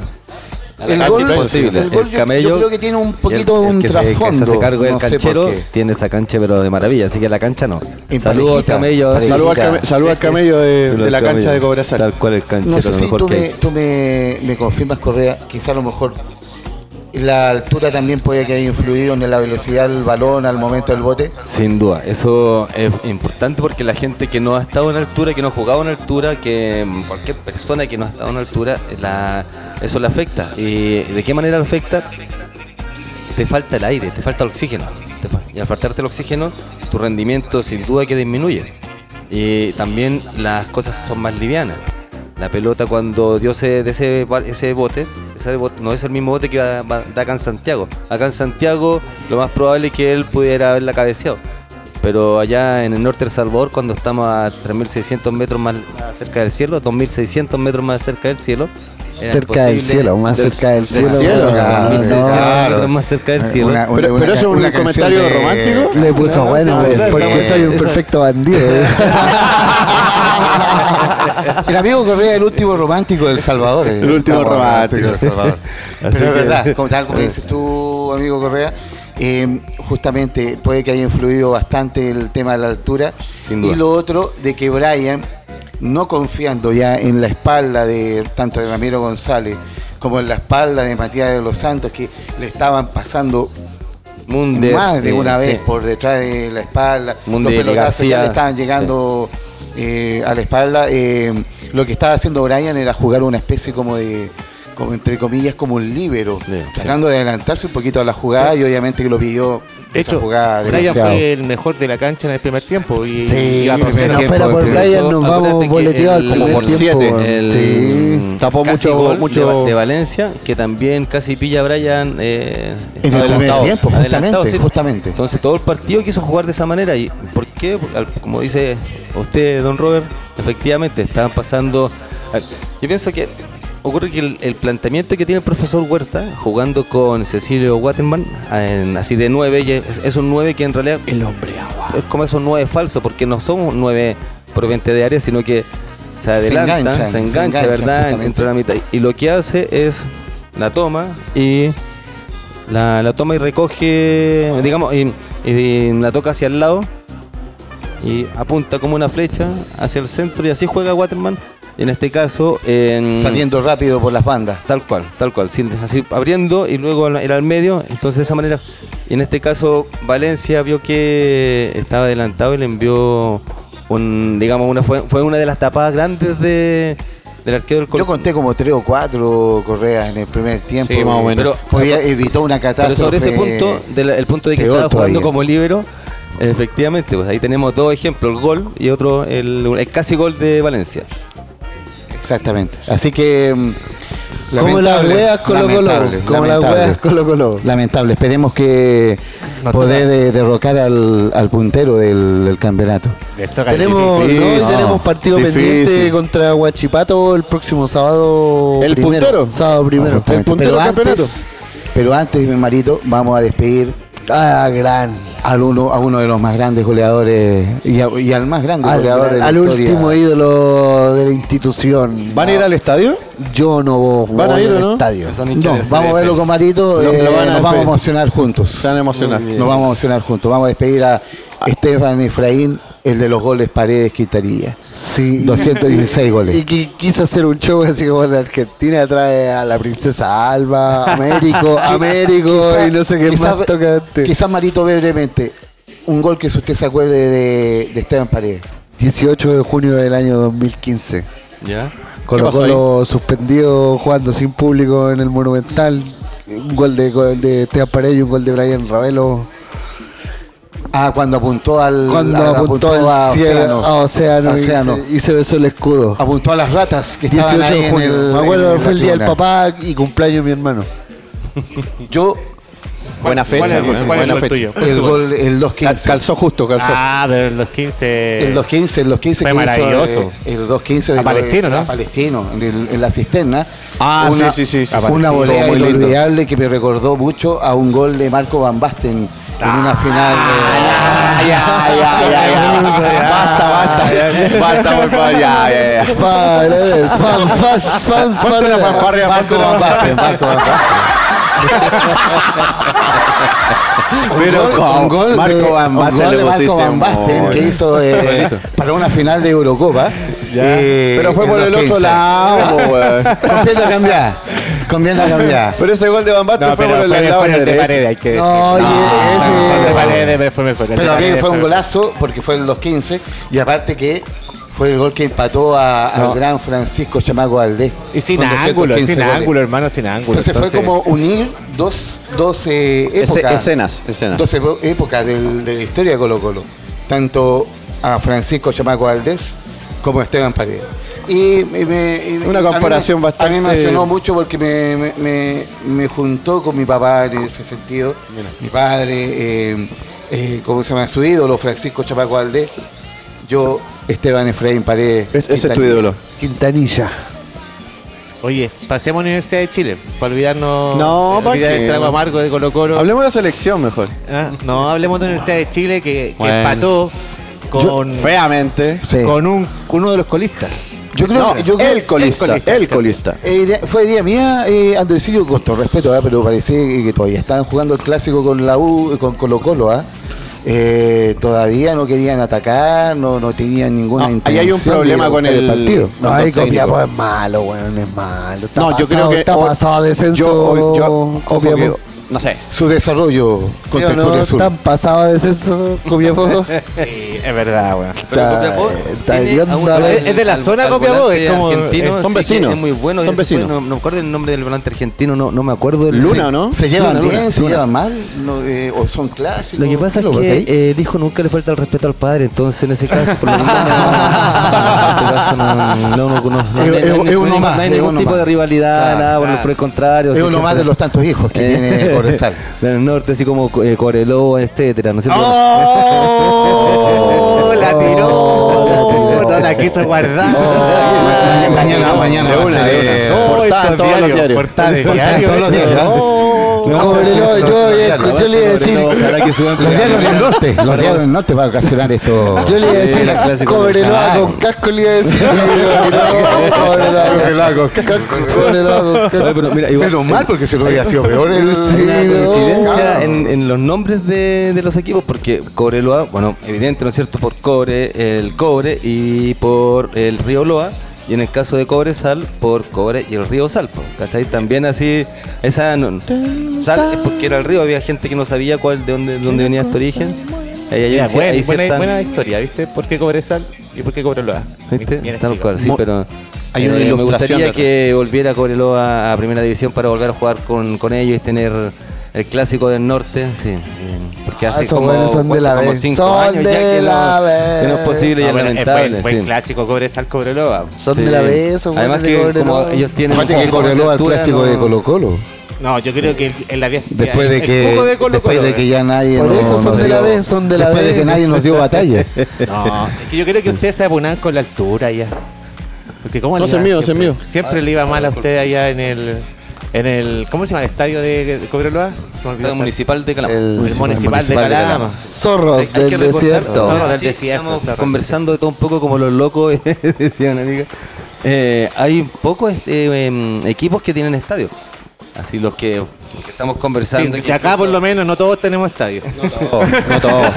S4: Ah,
S5: El gol- imposible.
S3: el gol
S5: El
S3: yo-
S5: camello-
S3: yo, creo que tiene un poquito
S5: Y el- el
S3: un
S5: que se-
S3: trasfondo.
S5: que se hace cargo del
S3: no sé por
S5: canchero
S3: qué.
S5: tiene esa cancha, pero de maravilla, así que la cancha no.
S3: En
S5: Saludos,
S3: parejita,
S5: camello.
S3: parejita.
S2: Saludos al,
S3: Rica.
S2: came- saludo al camello de,
S5: Saludos
S2: de la
S5: al
S2: cancha
S5: camello.
S2: de Cobresal.
S5: Tal cual el canchero,
S3: No sé
S5: lo
S3: si
S5: mejor
S3: tú,
S5: que
S3: me,
S5: hay.
S3: tú me, me confirmas, Correa, quizá a lo mejor la altura también puede que haya influido en la velocidad del balón al momento del bote.
S5: Sin duda, eso es importante porque la gente que no ha estado en altura, que no ha jugado en altura, que mm, cualquier persona que no ha estado en altura, la- eso le afecta. ¿Y de qué manera le afecta? Te falta el aire, te falta el oxígeno. Te fa- y al faltarte el oxígeno, tu rendimiento sin duda que disminuye. Y también las cosas son más livianas. La pelota cuando dio ese, de ese, ba- ese bote, ese bote, no es el mismo bote que va- va- da acá en Santiago. Acá en Santiago lo más probable es que él pudiera haberla cabeceado. Pero allá en el norte del Salvador, cuando estamos a 3.600 metros más más cerca del cielo, 2.600 metros más cerca del cielo, era
S4: Cerca del
S5: imposible-
S4: cielo, más cerca del cielo,
S2: cielo,
S4: weón.
S5: Claro,
S4: No,
S5: claro. metros más cerca del cielo.
S3: Una-
S2: Pero- pero eso es un
S3: una canción
S2: comentario romántico.
S4: Le puso bueno,
S2: sí,
S4: weón,
S2: sí,
S4: porque
S2: sí,
S4: soy un
S2: sí.
S4: perfecto bandido. ¿eh?
S3: El amigo Correa, el último romántico del Salvador. eh.
S2: El último
S3: Estamos
S2: romántico.
S3: románticos del Salvador.
S5: Así
S3: Pero es
S5: que-
S3: verdad, como, tal como dices tú, amigo Correa, eh, justamente puede que haya influido bastante el tema de la altura.
S5: Sin duda.
S3: Y lo otro, de que Brian, no confiando ya en la espalda de tanto de Ramiro González como en la espalda de Matías de los Santos, que le estaban pasando
S5: Munder, eh,
S3: más de
S5: sí,
S3: una vez
S5: sí.
S3: por detrás de la espalda.
S5: Mundi
S3: los pelotazos
S5: García.
S3: ya le estaban llegando eh, a la espalda. Eh, lo que estaba haciendo Brian era jugar una especie como de, como entre comillas, como un líbero,
S5: Sí, sí.
S3: tratando de adelantarse un poquito a la jugada y obviamente que lo pidió
S1: De
S3: esa
S1: hecho,
S3: jugada
S1: Brian
S3: demasiado.
S1: fue el mejor de la cancha en el primer tiempo. Y,
S4: Sí,
S1: y a
S4: pero
S1: tercer
S4: si no
S1: tiempo,
S4: fuera
S1: el
S4: Ah, por
S1: primer-
S4: Brian,
S5: Yo,
S4: nos
S5: acuérdate
S4: vamos
S5: que
S4: boleteados al
S5: el-
S4: primer
S2: por
S4: tiempo.
S2: siete,
S4: weón.
S5: el-
S4: Sí.
S2: Tapó
S5: casi
S2: mucho-
S5: gol de-
S2: mucho-
S5: de, Valencia, que también casi pilla a Brian eh,
S3: En el primer
S5: adelantado.
S3: tiempo,
S5: Adelantado,
S3: justamente,
S5: sí.
S3: justamente.
S5: Entonces todo el partido quiso jugar de esa manera. ¿Y por qué? Porque, al- como dice usted, don Robert, efectivamente estaban pasando... a- Yo pienso que ocurre que el, el planteamiento que tiene el profesor Huerta, jugando con Cecilio Wattenman, en- así de 9, y es, es un 9 que en realidad... El hombre agua. Es como esos 9 falsos, porque no son 9 provenientes de área, sino que se adelanta, se
S3: enganchan,
S5: engancha,
S3: se enganchan,
S5: ¿verdad?
S3: justamente.
S5: Entre la mitad. Y lo que hace es la toma y la, la toma y recoge, digamos, y, y la toca hacia el lado y apunta como una flecha hacia el centro y así juega Waterman. En este caso, en,
S3: saliendo rápido por las bandas.
S5: Tal cual, tal cual. sin- así abriendo y luego al- ir al medio. Entonces de esa manera. Y en este caso, Valencia vio que estaba adelantado y le envió un, digamos, una fue, fue una de las tapadas grandes de, del arquero del Colo-
S3: Yo conté como tres o cuatro correas en el primer tiempo.
S2: Sí, más o menos.
S3: Pero, Podía, evitó una
S5: Pero
S3: catástrofe.
S5: sobre ese punto, del, el punto de que
S3: peor
S5: estaba jugando
S3: todavía.
S5: como líbero, efectivamente, pues ahí tenemos dos ejemplos, el gol y otro, el, el casi gol de Valencia.
S3: Exactamente. Así que. mm,
S4: Como las
S3: lamentable,
S4: weas Colo
S3: lamentable,
S4: Colo. Como las
S3: lamentable.
S4: weas Colo Colo.
S3: Lamentable, esperemos que
S1: No,
S3: poder eh, derrocar al, al puntero del, del campeonato.
S1: Esto es
S4: Tenemos,
S1: difícil.
S4: ¿no?
S3: no,
S4: tenemos partido
S2: difícil.
S4: pendiente contra Huachipato el próximo sábado.
S2: El
S4: primero,
S2: puntero.
S4: Sábado primero.
S3: Justamente.
S2: puntero
S3: pero
S2: del campeonato.
S3: antes, pero antes, mi marito, vamos a despedir
S4: Ah, gran.
S3: al uno, a uno de los más grandes goleadores y, a- y al más grande
S4: Al,
S3: goleador de la
S4: al
S3: historia.
S4: último ídolo de la institución.
S2: ¿Van a ir al estadio?
S4: Yo no voy
S2: ¿Van a
S4: voy
S2: ir o
S4: al
S2: no?
S4: estadio.
S5: Son hinchas
S3: No,
S5: del
S3: vamos a verlo
S5: CDF.
S3: con Marito,
S2: Lo-
S3: eh,
S2: lo van a
S3: nos vamos a
S2: despedir.
S3: emocionar juntos.
S2: Se van a emocionar.
S5: Muy bien.
S3: Nos vamos a emocionar juntos. Vamos a despedir a Esteban Efraín, el de los goles Paredes Quitaría.
S4: Sí.
S3: 216 goles.
S4: Y qui- quiso hacer un show así como de Argentina, trae a la princesa Alba, Américo, Américo
S3: Quizá-
S4: y no sé qué
S3: quizá-
S4: más tocante.
S3: Quizás Marito brevemente, un gol que usted se acuerde de, de Esteban Paredes.
S4: 18 de junio del año 2015.
S5: ¿Ya?
S4: Colo
S2: pasó ahí?
S4: Colo suspendido jugando sin público en el Monumental. Un gol de, gol de Esteban Paredes y un gol de Brian Ravelo.
S3: Ah, cuando apuntó al
S4: Cuando
S3: al-
S4: apuntó,
S3: a
S4: al cielo,
S3: Océano.
S4: a Océano,
S3: A
S4: y
S3: Océano.
S4: se- Y, se, besó el escudo.
S3: Apuntó a las ratas que estaban
S4: 18
S3: ahí
S4: de
S3: en
S4: junio.
S3: el-
S4: Me acuerdo
S3: en
S4: fue el
S3: la
S4: día del
S3: tribuna.
S4: papá y cumpleaños de mi hermano.
S3: Yo
S2: Buena
S1: ¿Cuál
S2: fecha.
S1: es-
S2: buena-
S1: cuál es
S2: buena
S1: el
S2: fecha.
S1: tuyo?
S3: el gol el 2-15.
S2: Cal- Calzó justo, calzó.
S1: Ah, pero los 15.
S2: Eh,
S3: El 215, el 215
S1: Fue
S3: que hizo,
S1: maravilloso.
S3: eh, el 215 de
S1: A Palestino, ¿no?
S3: A Palestino, en, el- en la cisterna.
S2: Ah, sí, sí, sí, sí.
S3: Una
S2: A Palestino,
S3: volea
S2: muy lindo.
S3: inolvidable que me recordó mucho a un gol de Marco Van Basten en una final.
S2: Ah,
S3: de-
S2: ya, ya, ya, ya, ya. Basta, basta. Ah, ya. Basta, por favor, ya, ya, ya.
S4: Paredes, fan, fans, fans,
S2: Ponte una
S4: Paredes.
S2: fanfarria, ponte
S3: Marco
S2: una
S3: Van
S2: fanfarria.
S3: Basten, Marco Van Basten.
S2: Pero
S3: un gol,
S2: con Marco
S3: de,
S2: Van
S3: un
S2: Basten
S3: gol
S2: le
S3: de Marco
S2: pusiste
S3: Van Basten
S2: amor.
S3: que hizo eh, para una final de Eurocopa. eh,
S2: Pero fue
S3: en
S2: por el otro
S3: 2-15.
S2: lado, po, weón.
S3: Conviene a cambiar. Conviene a cambiar.
S2: Pero ese gol de Van Basten
S1: No,
S2: fue por
S1: pero
S2: el
S1: fue
S2: lado
S1: mejor el de
S2: derecho.
S1: paredes, hay que decir.
S4: No, oye,
S1: el de
S4: ese.
S1: paredes me fue mejor. el de
S3: Pero a mí
S1: Paredes
S3: fue un
S1: mejor.
S3: golazo porque fue en los 15 y aparte que fue el gol que empató a- al gran Francisco Chamaco Valdés.
S1: Y sin
S3: con
S1: ángulo,
S3: 215
S1: sin
S3: goles.
S1: ángulo, hermano, sin ángulo.
S3: Entonces, fue como unir dos, dos eh,
S2: Ese-
S3: épocas.
S2: escenas, escenas.
S3: Dos epo- épocas del- de la historia de Colo Colo. Tanto a Francisco Chamaco Valdés como a Esteban Paredes. Y, me- me- y-
S2: Una
S3: a mí me-
S2: comparación bastante-
S3: A mí me emocionó mucho porque me, me- me- me juntó con mi papá en ese sentido. Mi padre, eh, eh, ¿cómo se llama? Su ídolo, Francisco Chamaco Valdés. Yo, Esteban Efraín Paredes.
S2: Es- Ese es tu ídolo.
S4: Quintanilla.
S1: Oye, pasemos a la Universidad de Chile, para olvidarnos.
S2: No, ¿para
S1: olvidar
S2: qué?
S1: el trago amargo de Colo Colo.
S2: Hablemos de la selección mejor.
S1: Ah, No, hablemos de la Universidad de Chile que, que
S2: Bueno.
S1: empató con,
S2: Feamente.
S4: Sí.
S1: con un, con uno de los colistas.
S3: Yo creo,
S2: No,
S3: yo creo-
S2: el colista.
S1: el
S2: El
S1: colista.
S2: colista.
S3: Eh, idea- fue idea mía, eh, Andresillo, con todo respeto, ¿ah? pero parece que todavía estaban jugando el clásico con la U, con Colo Colo, ¿ah? Eh, todavía no querían atacar, no, no tenían ninguna
S2: No,
S3: intención.
S2: ahí hay un
S3: de
S2: problema
S3: buscar
S2: con el-
S3: partido.
S4: No,
S2: Tanto
S4: ahí
S2: técnico.
S4: Copiapó es malo, weón, es malo. Está
S2: No, yo creo
S4: pasado-
S2: que.
S4: Está
S2: hoy-
S4: pasado de descenso.
S2: Yo, yo, ojo que-
S4: Copiapó.
S2: no sé.
S3: Su desarrollo
S4: ¿Sí
S3: con
S4: o no?
S3: Tertulia Sur.
S4: ¿Están pasado de descenso, Copiapó?
S1: Sí, es verdad, weón.
S5: Pero
S4: Está-
S5: Copiapó
S4: está
S5: tiene
S4: hediondo,
S5: a un-
S4: a ver.
S5: al-
S1: Es de la
S5: al
S1: zona
S5: volante
S1: Copiapó, es como-
S5: argentino,
S1: eh,
S5: sí
S2: son
S5: que
S2: vecinos.
S5: Es muy bueno.
S2: Son
S5: Ese fue-
S2: vecinos.
S5: No, no me acuerdo el nombre del volante argentino, no, no me acuerdo. El,
S2: Luna, ¿no?
S3: ¿Se llevan
S5: Luna,
S3: bien?
S5: Luna,
S3: ¿Se
S5: Luna.
S3: llevan mal? No, eh, ¿O son clásicos?
S5: Lo que pasa es
S3: ¿Qué
S5: que
S3: ahí?
S5: eh, el hijo nunca le falta el respeto al padre, entonces en ese caso, por lo menos,
S3: Es-
S5: no, no, no, no, no, no, no
S3: es-
S5: hay-
S3: es
S5: no hay-
S3: uno más,
S5: No hay
S3: es
S5: ningún
S3: uno
S5: tipo
S3: más.
S5: de rivalidad,
S3: Claro,
S5: nada, por,
S1: claro.
S5: el- por el contrario.
S3: es
S5: sí,
S3: uno
S5: siempre-
S3: más de los tantos hijos que tiene
S5: Eh,
S3: Corozal.
S5: Del norte, así como eh, Coreló, etcétera, ¿no es cierto?
S1: ¡Oh! La
S2: Oh,
S1: tiró.
S4: La tiró.
S1: No la quiso guardar.
S3: Oh, mañana, mañana.
S2: De una, de
S3: eh,
S2: una.
S1: No,
S2: Portada en
S1: estos
S2: todos los
S1: diarios,
S2: diarios.
S1: portada de
S3: Portada en
S1: diario,
S3: todos los
S1: esto.
S3: diarios, ¿ah?
S1: Oh.
S4: No, Copiapó, yo, yo, yo le iba a decir.
S5: Ojalá que suban
S3: Los diarios del norte, los
S5: Perdón.
S3: diarios del norte va a ocasionar esto.
S4: Yo le iba a
S5: Sí, la
S4: decir,
S5: clásica.
S4: Cobreloa
S3: Claro.
S4: con casco le iba a decir. No, Cobreloa con casco, Cobreloa con casco.
S5: Oye, pero mira, igual-
S3: Menos mal, porque si no hubiera sido peor el Ah.
S4: Sí,
S5: una
S4: no.
S5: coincidencia en, en los nombres de, de los equipos, porque Cobreloa, bueno, evidente, ¿no es cierto? Por cobre, el cobre y por el río Loa, y en el caso de Cobresal, por cobre y el río Salpo, ¿cachai? También así, esa no- sal es porque era el río, había gente que no sabía cuál, de dónde, dónde venía este origen. Ahí hay
S1: Mira,
S5: un-
S1: buena,
S5: ahí
S1: buena-
S5: cierta-
S1: buena historia, ¿viste? ¿Por qué Cobresal y por qué Cobreloa?
S5: ¿Viste?
S1: Bien Ah,
S5: Tal
S1: explicado.
S5: cual, sí,
S2: Mo-
S5: pero. eh,
S2: hay una
S5: me
S2: ilustración
S5: gustaría
S2: detrás.
S5: que volviera Cobreloa a primera división para volver a jugar con, con ellos y tener el clásico del norte. Sí, eh, porque
S4: Ah,
S5: hace
S4: esos
S5: como,
S4: buenos son de la
S5: como
S4: vez,
S5: cinco
S4: son
S5: años ya
S4: de
S5: que
S4: la
S5: no,
S4: vez.
S5: que no es posible y
S1: No,
S5: es
S1: Ah, bueno, es
S5: lamentable.
S1: buen, buen
S5: sí.
S1: clásico Cobresal Cobreloa.
S4: Son
S5: Sí.
S4: de la vez, esos buenos
S5: Además
S4: de
S5: que
S4: Cobreloa.
S5: como ellos tienen
S3: Aparte que
S5: un poco más
S3: Cobreloa el
S5: altura,
S3: clásico de
S5: no-
S3: Colo Colo.
S1: No, yo creo que el, el había
S3: Después de
S1: el
S3: que,
S1: jugo de Colo
S3: después
S1: Colo,
S3: de que
S1: eh.
S3: ya nadie
S4: Por
S3: nos-
S4: eso son
S3: nos
S4: de la
S3: dio-
S4: vez, son de la
S3: después de
S4: vez.
S3: que nadie nos dio batalla.
S1: No, es que yo creo que ustedes se apunan con la altura ya. Porque cómo
S2: No,
S1: le iba
S2: soy mío, soy
S1: siempre,
S2: mío.
S1: Siempre le iba mal a usted allá en el En el, ¿Cómo se llama el estadio de de Cobreloa? Se me olvidó.
S5: Estadio Municipal de Calama.
S1: El municipal de Calama.
S4: Zorros
S5: Hay
S4: del
S5: que recordar-
S4: desierto.
S1: Zorros del
S5: Sí,
S1: desierto,
S5: estamos
S1: zorros del
S5: conversando de todo un poco como los locos, decía una amiga. Eh, hay pocos este, em, equipos que tienen estadio. Así los que, los que estamos
S1: Sí,
S5: conversando.
S1: de
S5: que
S1: acá por
S5: incluso-
S1: lo menos no todos tenemos estadio.
S2: no todos.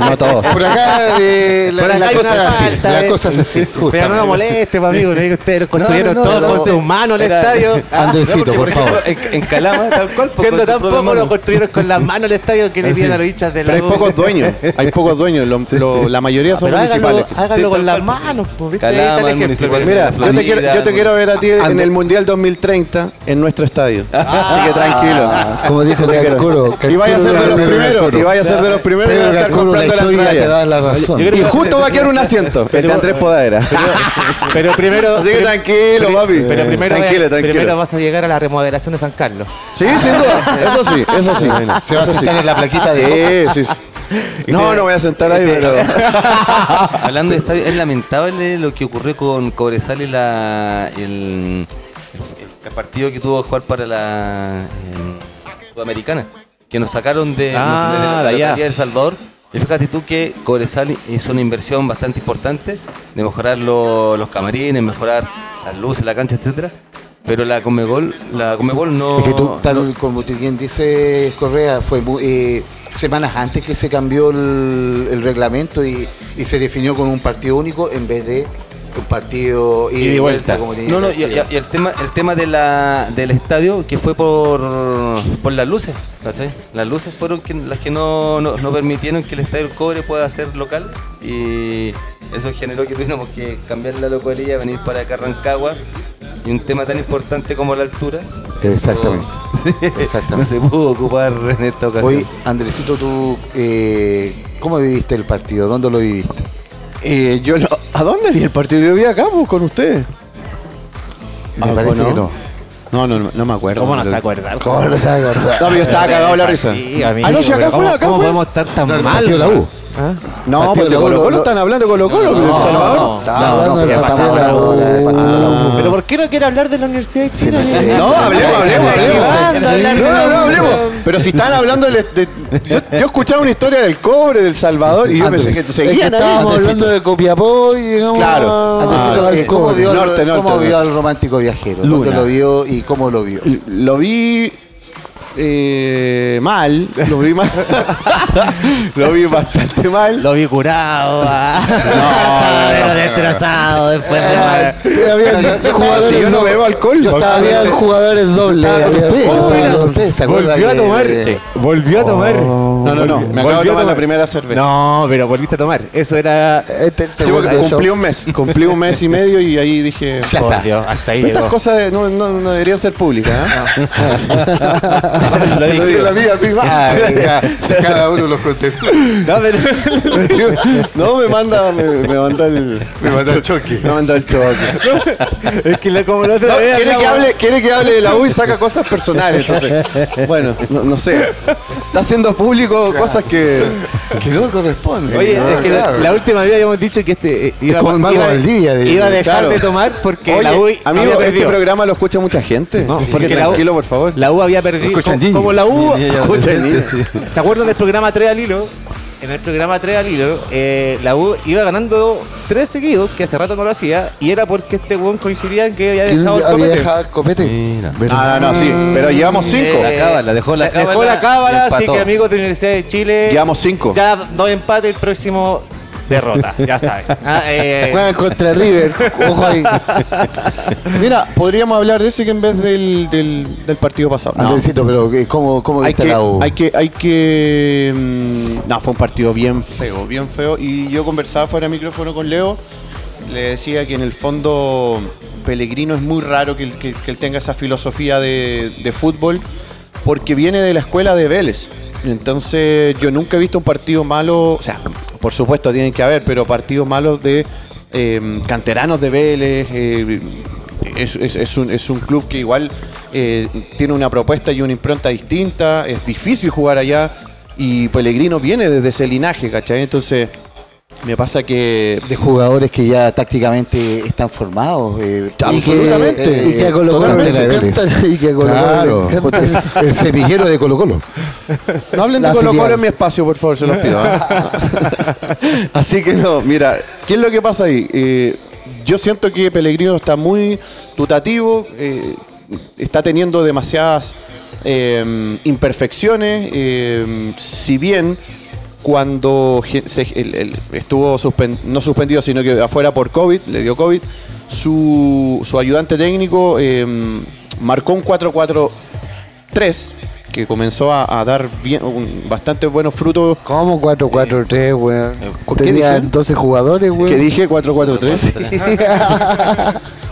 S2: No todos.
S3: Por acá eh,
S1: Por
S3: la,
S1: acá
S3: la
S1: hay una
S3: cosa así,
S1: falta,
S3: la
S1: eh.
S3: cosa es así.
S1: Pero no
S3: justamente.
S1: nos moleste, pues, amigo. no digo, ustedes lo construyeron
S5: no,
S1: todo
S5: no,
S1: con
S5: no.
S1: sus manos el
S5: Era-
S1: estadio. Ah,
S3: Andresito, por favor.
S5: En, en Calama, tal cual. pues,
S1: Siendo
S5: con
S1: tan
S5: sus propias
S1: poco, lo
S5: manos.
S1: construyeron con las manos el estadio que le piden a los hinchas del
S2: Pero hay pocos dueños. Hay pocos dueños. lo- lo- la mayoría son
S1: háganlo,
S2: municipales.
S1: háganlo
S5: Sí,
S1: con
S5: tal
S1: las
S5: cual,
S1: manos, pues, ¿viste? Ahí está el
S5: Calama, el
S1: ejemplo.
S5: municipal.
S2: Mira, yo te, quiero, yo te quiero ver a ti en
S4: Ande-
S2: el Mundial 2030 en nuestro estadio. Así que
S4: Ah,
S2: tranquilo.
S4: Como dijo
S2: Te quiero.
S4: Carcuro.
S2: Y vaya a ser de los
S4: Carcuro,
S2: primeros. Y vaya a ser de los primeros en
S4: Pedro
S2: estar
S4: Carcuro, la
S2: comprando la
S4: historia te
S2: entrada.
S4: da la razón.
S1: Yo creo
S2: Y
S1: que-
S2: justo va a quedar un asiento. El de Andrés Podadera.
S1: Pero primero.
S2: Así que tranquilo, papi.
S1: Pero primero,
S2: Tranquilo, tranquilo.
S1: primero vas a llegar a la remodelación de San Carlos.
S2: Sí, sin duda. Eso sí, eso sí.
S3: Se va a sentar en la plaquita de
S2: Sí, sí, sí. No, no voy a sentar ahí, pero.
S5: Hablando de estadio, es lamentable lo que ocurrió con Cobresal y la, el, el partido que tuvo que jugar para la eh, Sudamericana, que nos sacaron de,
S1: Ah,
S5: de la
S1: de allá.
S5: Lotería de El Salvador. Y fíjate tú que Cobresal hizo una inversión bastante importante de mejorar lo- los camarines, mejorar las luces, la cancha, etcétera. Pero la Comebol, la Comebol no.
S3: Es que tú, tal
S5: no-
S3: como tú bien dice Correa, fue mu- eh, semanas antes que se cambió el, el reglamento y, y se definió con un partido único en vez de un partido ida y
S1: de vuelta.
S3: como tenía
S5: No, no,
S3: que
S5: y,
S3: ser.
S5: y- y el tema, el tema de la, del estadio que fue por, por las luces, ¿cachai? Las luces fueron que- las que no, no, no permitieron que el estadio del cobre pueda ser local y eso generó que tuviéramos que cambiar la localidad, venir para Carrancagua y un tema tan importante como la altura. eso-
S3: Exactamente.
S5: Sí,
S3: Exactamente.
S5: No se pudo ocupar en esta ocasión.
S3: Hoy, Andresito, tú, eh, ¿cómo viviste el partido? ¿Dónde lo viviste?
S2: Eh, yo lo- ¿A dónde vi el partido? Yo vi acá, pues, con ustedes.
S3: Me
S2: Ah,
S3: parece
S2: ¿no?
S3: que no.
S2: No, no, no, no me acuerdo.
S1: ¿Cómo no
S2: no
S1: se acuerdan?
S3: ¿Cómo lo sabes, Correa?
S2: No, pero yo estaba cagado de la risa.
S1: Sí, amigo,
S2: ah, no, si acá
S1: pero
S2: fue,
S1: ¿cómo-
S2: acá
S1: ¿Cómo
S2: fue.
S1: podemos estar tan
S3: No, el
S1: mal?
S3: partido de la U.
S1: ¿Ah?
S2: No, pero
S3: Partido de
S2: Colo
S3: Colo-
S2: Colo están hablando de Colo Colo,
S1: No,
S2: de El
S1: no,
S2: Salvador.
S1: no.
S3: No, no,
S4: no,
S3: pero
S4: ya
S3: pasamos
S4: pasamos
S3: la
S4: la
S3: hora,
S4: hora.
S3: pasamos la hora.
S1: ¿Pero por qué no quiere hablar de la Universidad de Chile?
S3: no sé.
S2: Uh. Eh, No, hablemos, hablemos, hablemos.
S1: Anda, hablar de
S2: No,
S1: la
S2: no, no,
S1: U.
S2: hablemos. Pero si están hablando de. de- yo, yo escuchaba una historia del cobre, del Salvador, y yo
S3: Andrés,
S2: pensé que
S3: es que
S2: seguían ahí.
S4: Estábamos hablando de Copiapó y llegamos
S2: Claro.
S4: a-
S3: Andresito,
S2: Ah,
S3: eh, ¿cómo vio, al-
S2: norte, norte,
S3: cómo
S2: norte.
S3: vio al romántico viajero? ¿Dónde
S2: Luna.
S3: lo vio y cómo lo vio?
S2: Lo vi eh, mal, lo vi mal. lo vi bastante mal.
S1: Lo vi curado, ah. pero destrozado después de
S4: Ah, había
S2: si
S4: jugadores
S2: yo no
S4: dobles.
S2: bebo alcohol, yo
S4: Yo
S2: estaba
S4: estaba- había
S2: bien.
S4: jugadores dobles.
S2: estaba con
S4: había-
S2: ustedes,
S4: yo estaba
S2: mira,
S4: con ustedes, ¿se acuerdan
S1: Volvió a
S4: que-
S1: tomar.
S4: eh,
S1: Volvió a tomar.
S2: No, no, no. Me acabo de tomar la primera cerveza.
S1: No, pero volviste a tomar. Eso era.
S4: Este es el
S2: Sí, porque
S4: segundo show.
S2: cumplí un mes, cumplí un mes y medio y ahí dije.
S3: Ya
S1: Por
S3: está.
S1: Dios, hasta ahí
S2: Pero
S1: llegó.
S2: estas cosas de- no, no, no deberían ser públicas. ¿eh?
S1: Lo
S3: Lo
S1: dije.
S3: digo la mía misma. Ah, ya, Cada uno los contestó.
S1: No, pero-
S2: No, me manda, me, me manda el.
S3: Me mandó el choque.
S2: Me manda el choque.
S1: es que la- como la otra
S2: No,
S1: vez.
S2: quiere, que
S1: hablamos-
S2: hable, quiere que hable de la U y saca cosas personales. Entonces, bueno, no, no sé. Está haciendo público cosas que.
S3: Que no corresponde.
S1: Oye,
S3: No,
S1: es que la-
S3: claro.
S1: la, última vez habíamos dicho que este eh, iba,
S3: como el mago
S1: iba-
S3: Valdivia, de-
S1: iba a dejar
S2: claro.
S1: de tomar porque
S2: Oye,
S1: la U
S2: amigo,
S1: había
S2: este
S1: perdido.
S2: programa lo escucha mucha gente.
S1: No,
S2: Así que
S1: porque la U-
S2: tranquilo, por favor.
S1: La U había perdido.
S3: Escucha,
S1: como-
S3: niño.
S1: Como la U.
S5: Sí, niño,
S1: Escucha,
S5: sí,
S1: niño.
S5: sí.
S1: ¿Se acuerdan del programa 3 al hilo? En el programa 3 al hilo, eh, la U iba ganando tres seguidos, que hace rato no lo hacía, y era porque este weón coincidía en que había
S4: ¿Quién
S1: dejado el
S4: había
S1: copete.
S4: dejado el copete?
S5: Mira.
S2: Ah, no, no, sí. Pero llevamos cinco.
S1: Eh.
S5: La cábala, dejó la cábala
S1: Dejó la cábala,
S5: y
S1: así
S5: empató.
S1: que amigos de Universidad de Chile.
S2: Llevamos cinco.
S1: Ya dos empates, el próximo derrota, ya saben. Ah, eh,
S4: Juegan contra River. Ojo ahí.
S2: Mira, podríamos hablar de ese que en vez del, del, del partido pasado. No.
S3: Andresito, pero eh, ¿cómo, cómo
S2: Hay
S3: viste
S2: que,
S3: la U?
S2: hay que, hay que, mm, no, fue un partido bien feo, bien feo. Y yo conversaba fuera de micrófono con Leo, le decía que en el fondo Pellegrino es muy raro que, que- que él tenga esa filosofía de, de fútbol, porque viene de la escuela de Vélez. Entonces yo nunca he visto un partido malo, o sea, por supuesto tienen que haber, pero partidos malos de eh, canteranos de Vélez. eh, es, es- es un, es un club que igual eh, tiene una propuesta y una impronta distinta. Es difícil jugar allá. Y Pellegrino viene desde ese linaje, ¿cachai? Entonces, Me pasa que
S3: de jugadores que ya tácticamente están formados. eh,
S2: Absolutamente.
S3: Y que,
S4: Y que a Colo-Colo
S3: totalmente
S4: le
S3: la
S4: encanta,
S3: Vélez.
S4: y que a Colo-Colo
S3: Claro,
S4: le encanta.
S3: es el semillero de Colo Colo.
S2: No hablen de
S4: La
S2: Colo Colo
S4: filial.
S2: en mi espacio, por favor, se los pido. ¿eh? Así que no, mira, ¿qué es lo que pasa ahí? Eh, yo siento que Pellegrino está muy dutativo, eh, está teniendo demasiadas eh, imperfecciones, eh, si bien cuando ge- se- el- el- estuvo suspen- no suspendido, sino que afuera por COVID, le dio COVID, su, su ayudante técnico eh, marcó un 4-4 3 que comenzó a, a dar bien, un- bastantes buenos frutos.
S4: ¿Cómo 4-4-3, weón?
S2: ¿Por qué
S4: Tenía
S2: dije?
S4: 12 jugadores,
S2: Que
S4: weón.
S2: dije 4-4-3.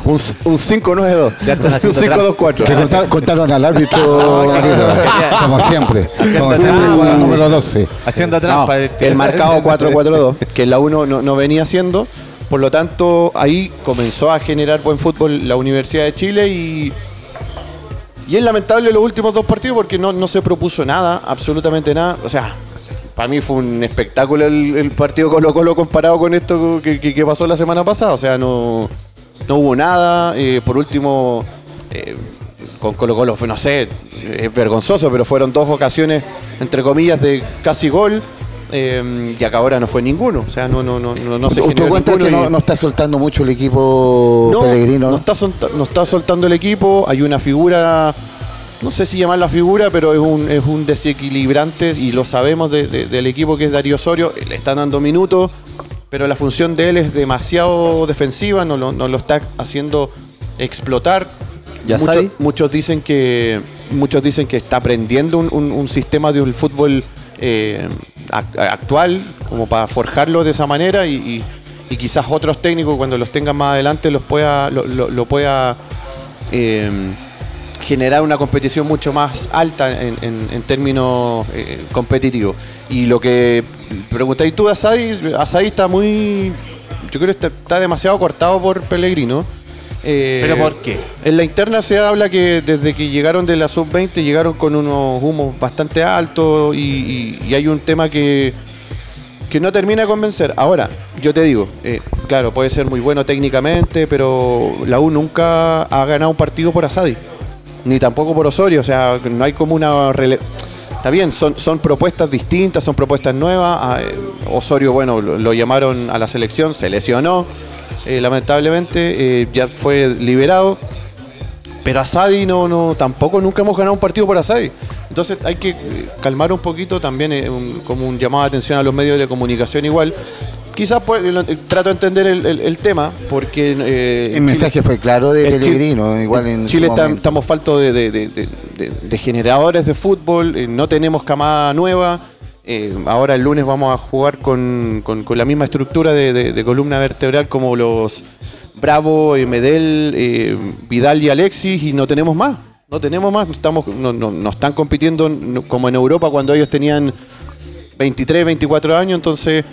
S2: un un 5-9-2.
S1: Ya están
S2: Un
S1: haciendo
S2: 5-2-4.
S3: Que contaron, contaron al árbitro, Marito, como siempre. Como siempre,
S1: trampa.
S3: el número 12.
S1: Haciendo
S2: No,
S1: trampa. eh, este.
S2: el marcado 4-4-2, que la 1 no, no venía haciendo. Por lo tanto, ahí comenzó a generar buen fútbol la Universidad de Chile y. Y es lamentable los últimos dos partidos porque no, no se propuso nada, absolutamente nada. O sea, para mí fue un espectáculo el, el partido Colo Colo comparado con esto que, que- que pasó la semana pasada. O sea, no, no hubo nada. eh, por último, eh, con Colo Colo, fue, no sé, es vergonzoso, pero fueron dos ocasiones, entre comillas, de casi gol. eh, y acá ahora no fue ninguno. O sea, no, no, no, no, no se
S3: ¿Tú
S2: generó
S3: encuentras que
S2: ninguno
S3: no,
S2: y-
S3: no está soltando mucho el equipo
S2: no,
S3: Pellegrino?
S2: No
S3: ¿no?
S2: está, solta- no está soltando el equipo. Hay una figura, no sé si llamarla figura, pero es un, es un desequilibrante y lo sabemos de- de- del equipo que es Darío Osorio. Le están dando minutos, pero la función de él es demasiado defensiva, no lo, no lo está haciendo explotar.
S5: Ya
S2: Muchos-
S5: sabe.
S2: muchos dicen que muchos dicen que está aprendiendo un, un- un sistema del fútbol eh, ac- actual como para forjarlo de esa manera y, y- y quizás otros técnicos cuando los tengan más adelante los pueda lo, lo- lo pueda eh, generar una competición mucho más alta en, en- en términos eh, competitivos y lo que preguntáis tú Asadi Asadi está muy yo creo que está, está demasiado cortado por Pellegrino Eh,
S1: ¿Pero por qué?
S2: en la interna se habla que desde que llegaron de la sub-20 llegaron con unos humos bastante altos y, y- y hay un tema que, que no termina de convencer. Ahora, yo te digo, eh, claro, puede ser muy bueno técnicamente, pero la U nunca ha ganado un partido por Asadi, ni tampoco por Osorio, o sea, no hay como una... rele- Está bien, son, son propuestas distintas, son propuestas nuevas. Ah, eh, Osorio, bueno, lo, lo llamaron a la selección, se lesionó, eh, lamentablemente, eh, ya fue liberado. Pero Asadi no, no, tampoco nunca hemos ganado un partido por Asadi. Entonces hay que eh, calmar un poquito también eh, un- como un llamado de atención a los medios de comunicación igual. Quizás pues, lo- eh, trato de entender el, el- el tema, porque eh,
S3: El
S2: Chile-
S3: mensaje fue claro de
S2: el Chi-
S3: Pellegrino. Igual en su
S2: Chile está-
S3: momento.
S2: estamos faltos de, de- de- de- de- de generadores de fútbol, eh, no tenemos camada nueva. eh, ahora el lunes vamos a jugar con, con- con la misma estructura de, de- de columna vertebral como los Bravo, eh, Medel, eh, Vidal y Alexis y no tenemos más. No tenemos más, estamos, no, no- no están compitiendo no- como en Europa cuando ellos tenían 23, 24 años, entonces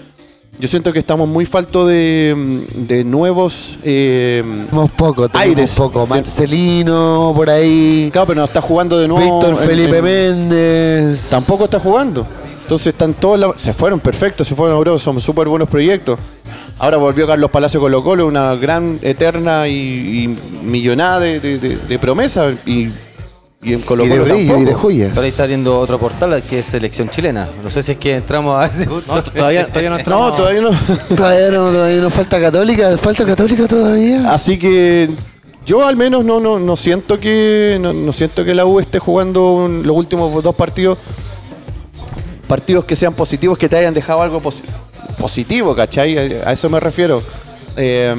S2: yo siento que estamos muy faltos de, de nuevos eh,
S4: Tenemos poco, tenemos
S2: Aires.
S4: poco. Marcelino, por ahí.
S2: Claro, pero no está jugando de nuevo.
S4: Víctor
S2: en-
S4: Felipe
S2: en-
S4: Méndez.
S2: Tampoco está jugando. Entonces están todos. la- se fueron perfectos, se fueron a Europa, son súper buenos proyectos. Ahora volvió Carlos Palacio Colo Colo, una gran, eterna y, y millonada de, de- de- de promesa. Y, y en Colo
S3: Y
S4: Eh,
S3: de
S2: Colo
S3: brillo y de
S2: tampoco.
S3: joyas.
S5: Pero ahí está viendo otro portal que es Selección Chilena. No sé si es que entramos a ese punto.
S1: No, todavía, todavía no
S2: No,
S1: entramos.
S2: todavía no.
S4: Todavía no, todavía nos falta Católica, falta Católica todavía.
S2: Así que yo al menos no, no, no siento que no, no siento que la U esté jugando un- los últimos dos partidos partidos que sean positivos, que te hayan dejado algo posi- positivo, ¿cachai? A, a eso me refiero. Eh,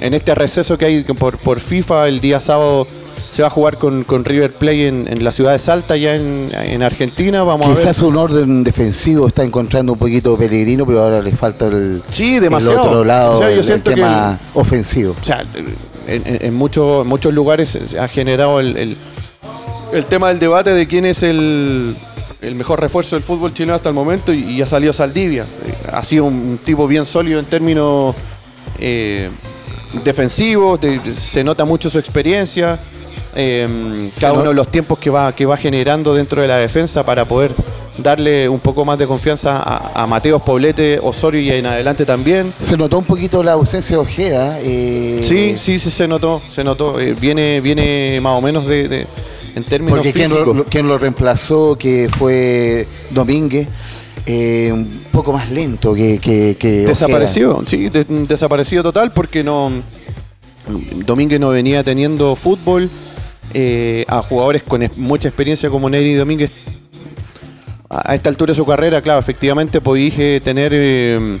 S2: en este receso que hay por, por FIFA, el día sábado se va a jugar con, con River Play en, en la ciudad de Salta, ya en, en Argentina. Vamos a ver.
S3: Quizás un orden defensivo está encontrando un poquito Pellegrino, pero ahora le falta el,
S2: Sí,
S3: el
S2: demasiado.
S3: otro lado,
S2: O sea, yo
S3: el- el,
S2: siento que
S3: tema ofensivo.
S2: o sea, en, en- en muchos, en muchos lugares se ha generado el, el- el tema del debate de quién es el, el mejor refuerzo del fútbol chileno hasta el momento y, y ha salido Saldivia. Eh, Ha sido un, un tipo bien sólido en términos eh, defensivos, de- se nota mucho su experiencia. eh, cada
S3: Se
S2: uno
S3: nota-
S2: de los tiempos que va, que va generando dentro de la defensa para poder darle un poco más de confianza a, a Mateos Poblete, Osorio y en adelante también.
S3: Se notó un poquito la ausencia de Ojeda. eh,
S2: Sí, sí, sí, se notó, se notó. Eh, viene, viene más o menos de, de- en términos
S3: Porque quien
S2: físicos.
S3: lo, lo- quien lo reemplazó, que fue Domínguez, eh, un poco más lento que, que, que
S2: Desaparecido, sí, de- desaparecido total porque no. Domínguez no venía teniendo fútbol. eh, a jugadores con es- mucha experiencia como Neri Domínguez. A a esta altura de su carrera, claro, efectivamente podías eh, tener eh,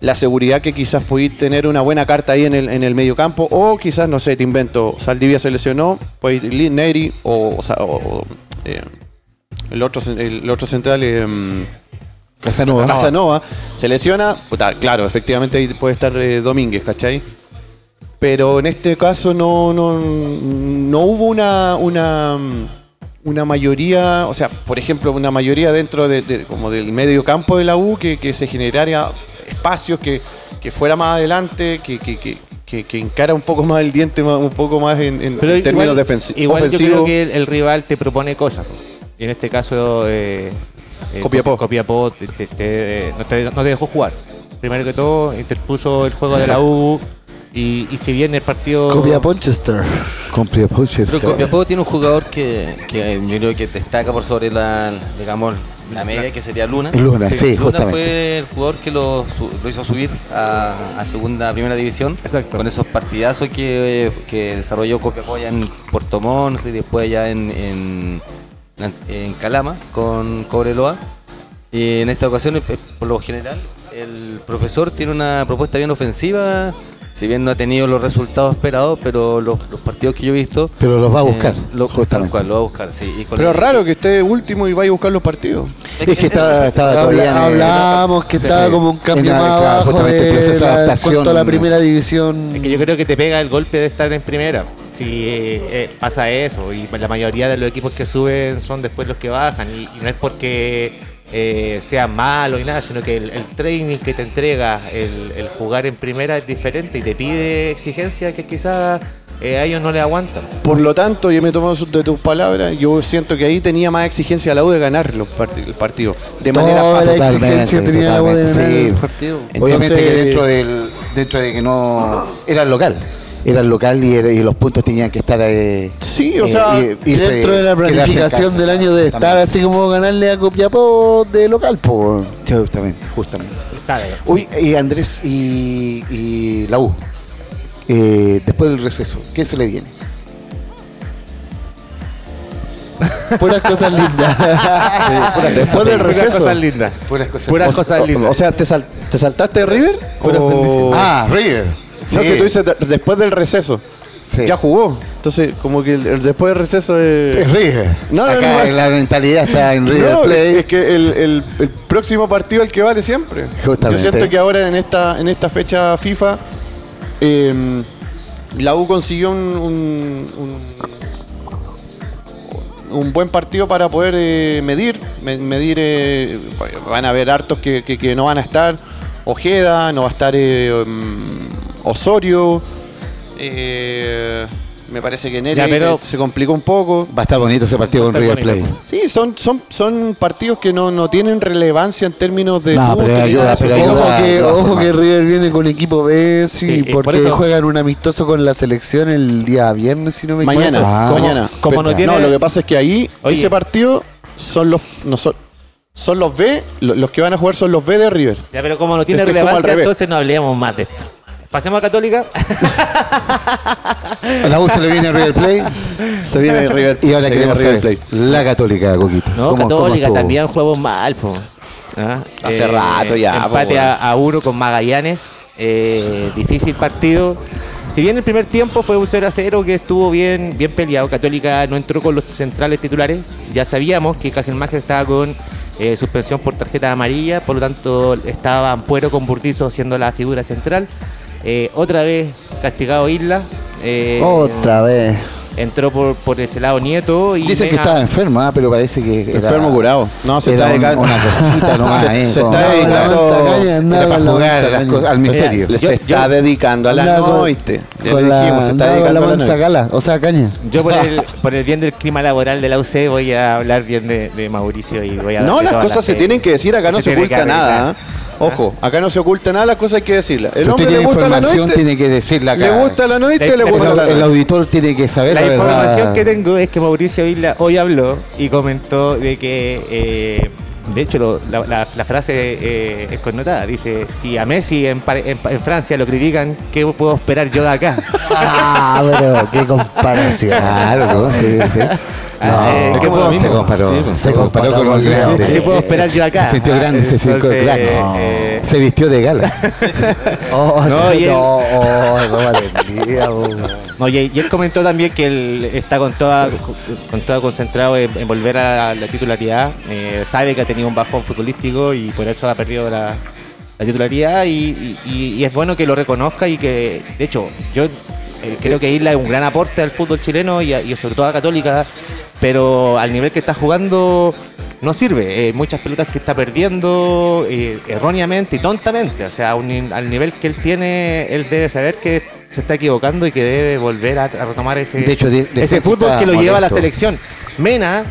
S2: la seguridad que quizás podías tener una buena carta ahí en el, en el medio campo. O quizás, no sé, te invento, Saldivia se lesionó, pues Lee- Neri o, o sea, o, eh, el, otro, cen- el otro central. eh,
S3: Ojeda. Casanova.
S2: Casanova se lesiona, puta, claro, efectivamente ahí puede estar eh, Domínguez, ¿cachai? Pero en este caso no, no, no hubo una, una, mm, una mayoría, o sea, por ejemplo, una mayoría dentro de, de- como del medio campo de la U que, que se generara espacios, que, que fuera más adelante, que, que, que, que- que encara un poco más el diente, más- un poco más en, en- en términos
S1: igual,
S2: defensi-
S1: igual yo
S2: ofensivos.
S1: creo que el, el rival te propone cosas. po. Y en este caso, eh, eh,
S2: Copiapó.
S1: Copiapó te- te- te- no, te, no te dejó jugar. Primero que todo, interpuso el juego de la U. Y, y si bien el partido.
S4: Copia Ponchester.
S3: Cumplió Pochester.
S5: Pero Copiapó tiene un jugador que, que yo creo que destaca por sobre la, digamos, la media, que sería Luna.
S3: Luna, sí,
S5: Luna
S3: justamente.
S5: fue el jugador que lo, su- lo hizo subir a, a segunda, primera división.
S1: Exacto.
S5: Con esos partidazos que, que desarrolló Copiapó allá en Puerto Montt y después allá en, en, en Calama con Cobreloa. Y en esta ocasión, eh, por lo general, el profesor tiene una propuesta bien ofensiva. Si bien no ha tenido los resultados esperados, pero los, los partidos que yo he visto.
S3: Pero los va a buscar,
S5: Eh, lo,
S3: justamente.
S5: tal cual, lo va a buscar, sí. y con
S2: Pero
S5: el-
S2: es raro que esté último y vaya a buscar los partidos.
S3: Es que estaba, estaba todavía en el-
S4: Habla- Hablamos que
S3: Sí,
S4: estaba
S3: sí.
S4: como un cambio
S3: En la-
S4: más
S3: claro,
S4: abajo
S3: justamente el
S4: de
S3: proceso de
S4: la, en
S3: adaptación.
S4: cuanto a la primera división.
S1: Es que yo creo que te pega el golpe de estar en primera. Si eh, eh, pasa eso, y la mayoría de los equipos que suben son después los que bajan, y, y no es porque eh, sea malo y nada, sino que el, el training que te entrega, el, el jugar en primera es diferente y te pide exigencias que quizás eh, a ellos no les aguantan.
S2: Por lo tanto, yo me tomo su- de tus palabras, yo siento que ahí tenía más exigencia la U de ganar los parti- el partido. De manera
S3: Ah,
S4: Toda
S2: fácil.
S4: la
S3: Totalmente,
S4: exigencia tenía la
S3: totalmente,
S4: buena
S3: sí.
S4: del partido.
S3: Obviamente
S2: Entonces-
S3: que dentro del dentro de que no era el local, era el local y, era- y los puntos tenían que estar eh,
S2: Sí, o
S3: eh,
S2: sea,
S3: y- y se-
S4: dentro de la
S3: quedarse en
S4: planificación
S3: casa.
S4: del año de estar
S3: Justamente.
S4: así como ganarle a Copiapó de local, po.
S3: Sí, Justamente, justamente.
S1: Está bien.
S3: Uy, y Andrés y, y la U. Eh, después del receso, ¿qué se le viene?
S4: Puras cosas lindas.
S2: Después del
S1: Puras
S2: receso.
S1: cosas lindas.
S3: Puras cosas.
S1: Puras cosas
S2: O-
S1: lindas.
S2: O, sea, ¿te, sal- te saltaste de River?
S1: Puras
S2: O-
S1: bendiciones.
S2: Ah,
S3: ah, River.
S2: no,
S3: Sí,
S2: que tú dices de- después del receso.
S3: sí.
S2: Ya jugó. Entonces, como que el- el después del receso es.
S3: Es River.
S2: No, no,
S3: Acá
S2: no.
S3: La mentalidad está en River
S2: No,
S3: Plate.
S2: es que el, el- el próximo partido es el que vale siempre.
S3: Justamente.
S2: Yo siento que ahora en esta, en esta fecha FIFA, eh, la U consiguió un, un- un- un buen partido para poder eh, medir. me- medir eh, van a haber hartos que, que- que no van a estar. Ojeda, no va a estar eh, mm, Osorio. eh, me parece que Neri
S1: Ya, pero-
S2: eh, se complicó un poco.
S3: Va a estar bonito ese partido
S1: Va a
S3: con
S1: estar
S3: River Plate.
S1: bonito.
S2: Sí, son, son, son partidos que no, no tienen relevancia en términos de.
S3: No,
S2: fútbol,
S3: pero
S2: ni
S3: ayuda,
S2: nada de eso. Ojo,
S3: pero ayuda.
S4: Ojo, que,
S3: ayuda a
S4: ojo
S3: formar.
S4: que River viene con equipo B, sí,
S1: Sí, y por
S4: porque
S1: eso-
S4: juegan un amistoso con la selección el día viernes, si no me equivoco.
S2: Mañana,
S3: Ah,
S2: mañana.
S1: como no
S2: no,
S1: tiene-
S2: lo que pasa es que ahí,
S1: Oye.
S2: ese partido, son los. No son, son los B, lo- los que van a jugar son los B de River.
S1: Ya, pero como no tiene
S2: Es que es como al
S1: relevancia,
S2: revés.
S1: entonces no hablemos más de esto. Pasemos a Católica.
S3: A la U se le viene River Plate.
S2: Se viene River
S3: Y ahora
S2: se viene
S3: queremos
S2: River
S3: saber la Católica, Coquito.
S1: No,
S3: ¿Cómo- cómo
S1: Católica
S3: estuvo?
S1: también jugó mal, po. Ah,
S2: Hace rato ya, po,
S1: Empate
S2: weón.
S1: a, a uno con Magallanes. eh, difícil partido. Si bien el primer tiempo fue un 0 a 0 que estuvo bien, bien peleado, Católica no entró con los centrales titulares. Ya sabíamos que Cajelmacher estaba con eh, suspensión por tarjeta amarilla, por lo tanto estaba Ampuero con Burtizo siendo la figura central. Eh, otra vez castigado Isla. eh,
S4: Otra vez.
S1: entró por, por ese lado Nieto y
S3: Dicen que
S1: Mena-
S3: estaba enferma, pero parece que. era-
S2: Enfermo curado. No, se está
S3: era un-
S2: dedicando.
S3: Una cosita nomás,
S2: Se-
S3: eh,
S2: se
S3: como-
S2: está
S3: No,
S2: dedicando.
S3: la mansa caña,
S4: andaba
S3: andaba para
S4: con la
S3: jugar
S4: mansa
S3: a las
S4: caña.
S3: cosas- al misterio.
S2: Se
S1: Yo-
S2: está dedicando a la
S4: Andaba con-
S2: noche. Ya
S4: con
S2: le
S4: la-
S2: dijimos, se está
S4: andaba con
S2: dedicando
S4: la
S2: a la
S4: mansa
S2: noche.
S4: gala, o sea, caña.
S1: Yo por el, por el bien del clima laboral de la UC voy a hablar bien de, de Mauricio y voy a
S2: No,
S1: darle
S2: las
S1: todas
S2: cosas se
S1: fe.
S2: tienen que decir, acá no se
S1: tiene que
S2: oculta nada.
S1: arreglar.
S2: ¿ah? Ojo, acá no se oculta nada, las cosas hay que decirlas. El
S3: Si
S2: hombre
S3: usted
S2: le
S3: tiene
S2: gusta la
S3: información,
S2: noche,
S3: tiene que decirla acá.
S2: le gusta la
S1: La-
S2: noche, le
S1: la-
S2: gusta
S3: El,
S2: la
S3: el
S2: noche.
S3: auditor tiene que saber
S1: La
S3: la
S1: información
S3: verdad.
S1: que tengo es que Mauricio Isla hoy habló y comentó de que, eh, de hecho, lo- la, la- la frase eh, es connotada. Dice, si a Messi en, Par- en Pa- en Francia lo critican, ¿qué puedo esperar yo de acá?
S3: Ah, pero qué comparación. Claro, ¿no? sí, sí.
S1: Ah, eh,
S3: No,
S1: ¿qué puedo
S3: se
S1: hacer?
S3: comparó,
S5: Sí, pues,
S3: se comparó con los
S4: comparamos
S3: grandes.
S4: grandes.
S1: ¿Qué puedo esperar yo acá?
S3: Se sintió
S1: Ah,
S3: grande, se sintió
S1: entonces,
S3: grande.
S1: eh,
S3: Se vistió de gala.
S4: Oh,
S1: No, y él-
S4: no, oh, no me atendía, po, weón.
S1: No, y, y él comentó también que él está con toda, con toda concentrado en, en volver a la, la titularidad. Eh, sabe que ha tenido un bajón futbolístico y por eso ha perdido la, la titularidad. Y, y- y- y es bueno que lo reconozca y que, de hecho, yo eh, creo que Isla es un gran aporte al fútbol chileno y, a- y sobre todo a Católica, pero al nivel que está jugando no sirve. Eh, muchas pelotas que está perdiendo eh, erróneamente y tontamente. O sea, a un ni- al nivel que él tiene, él debe saber que se está equivocando y que debe volver a, a retomar ese,
S3: De hecho, de- decía
S1: ese
S3: que
S1: fútbol
S3: estaba
S1: que lo lleva a la
S3: molesto.
S1: selección. Mena,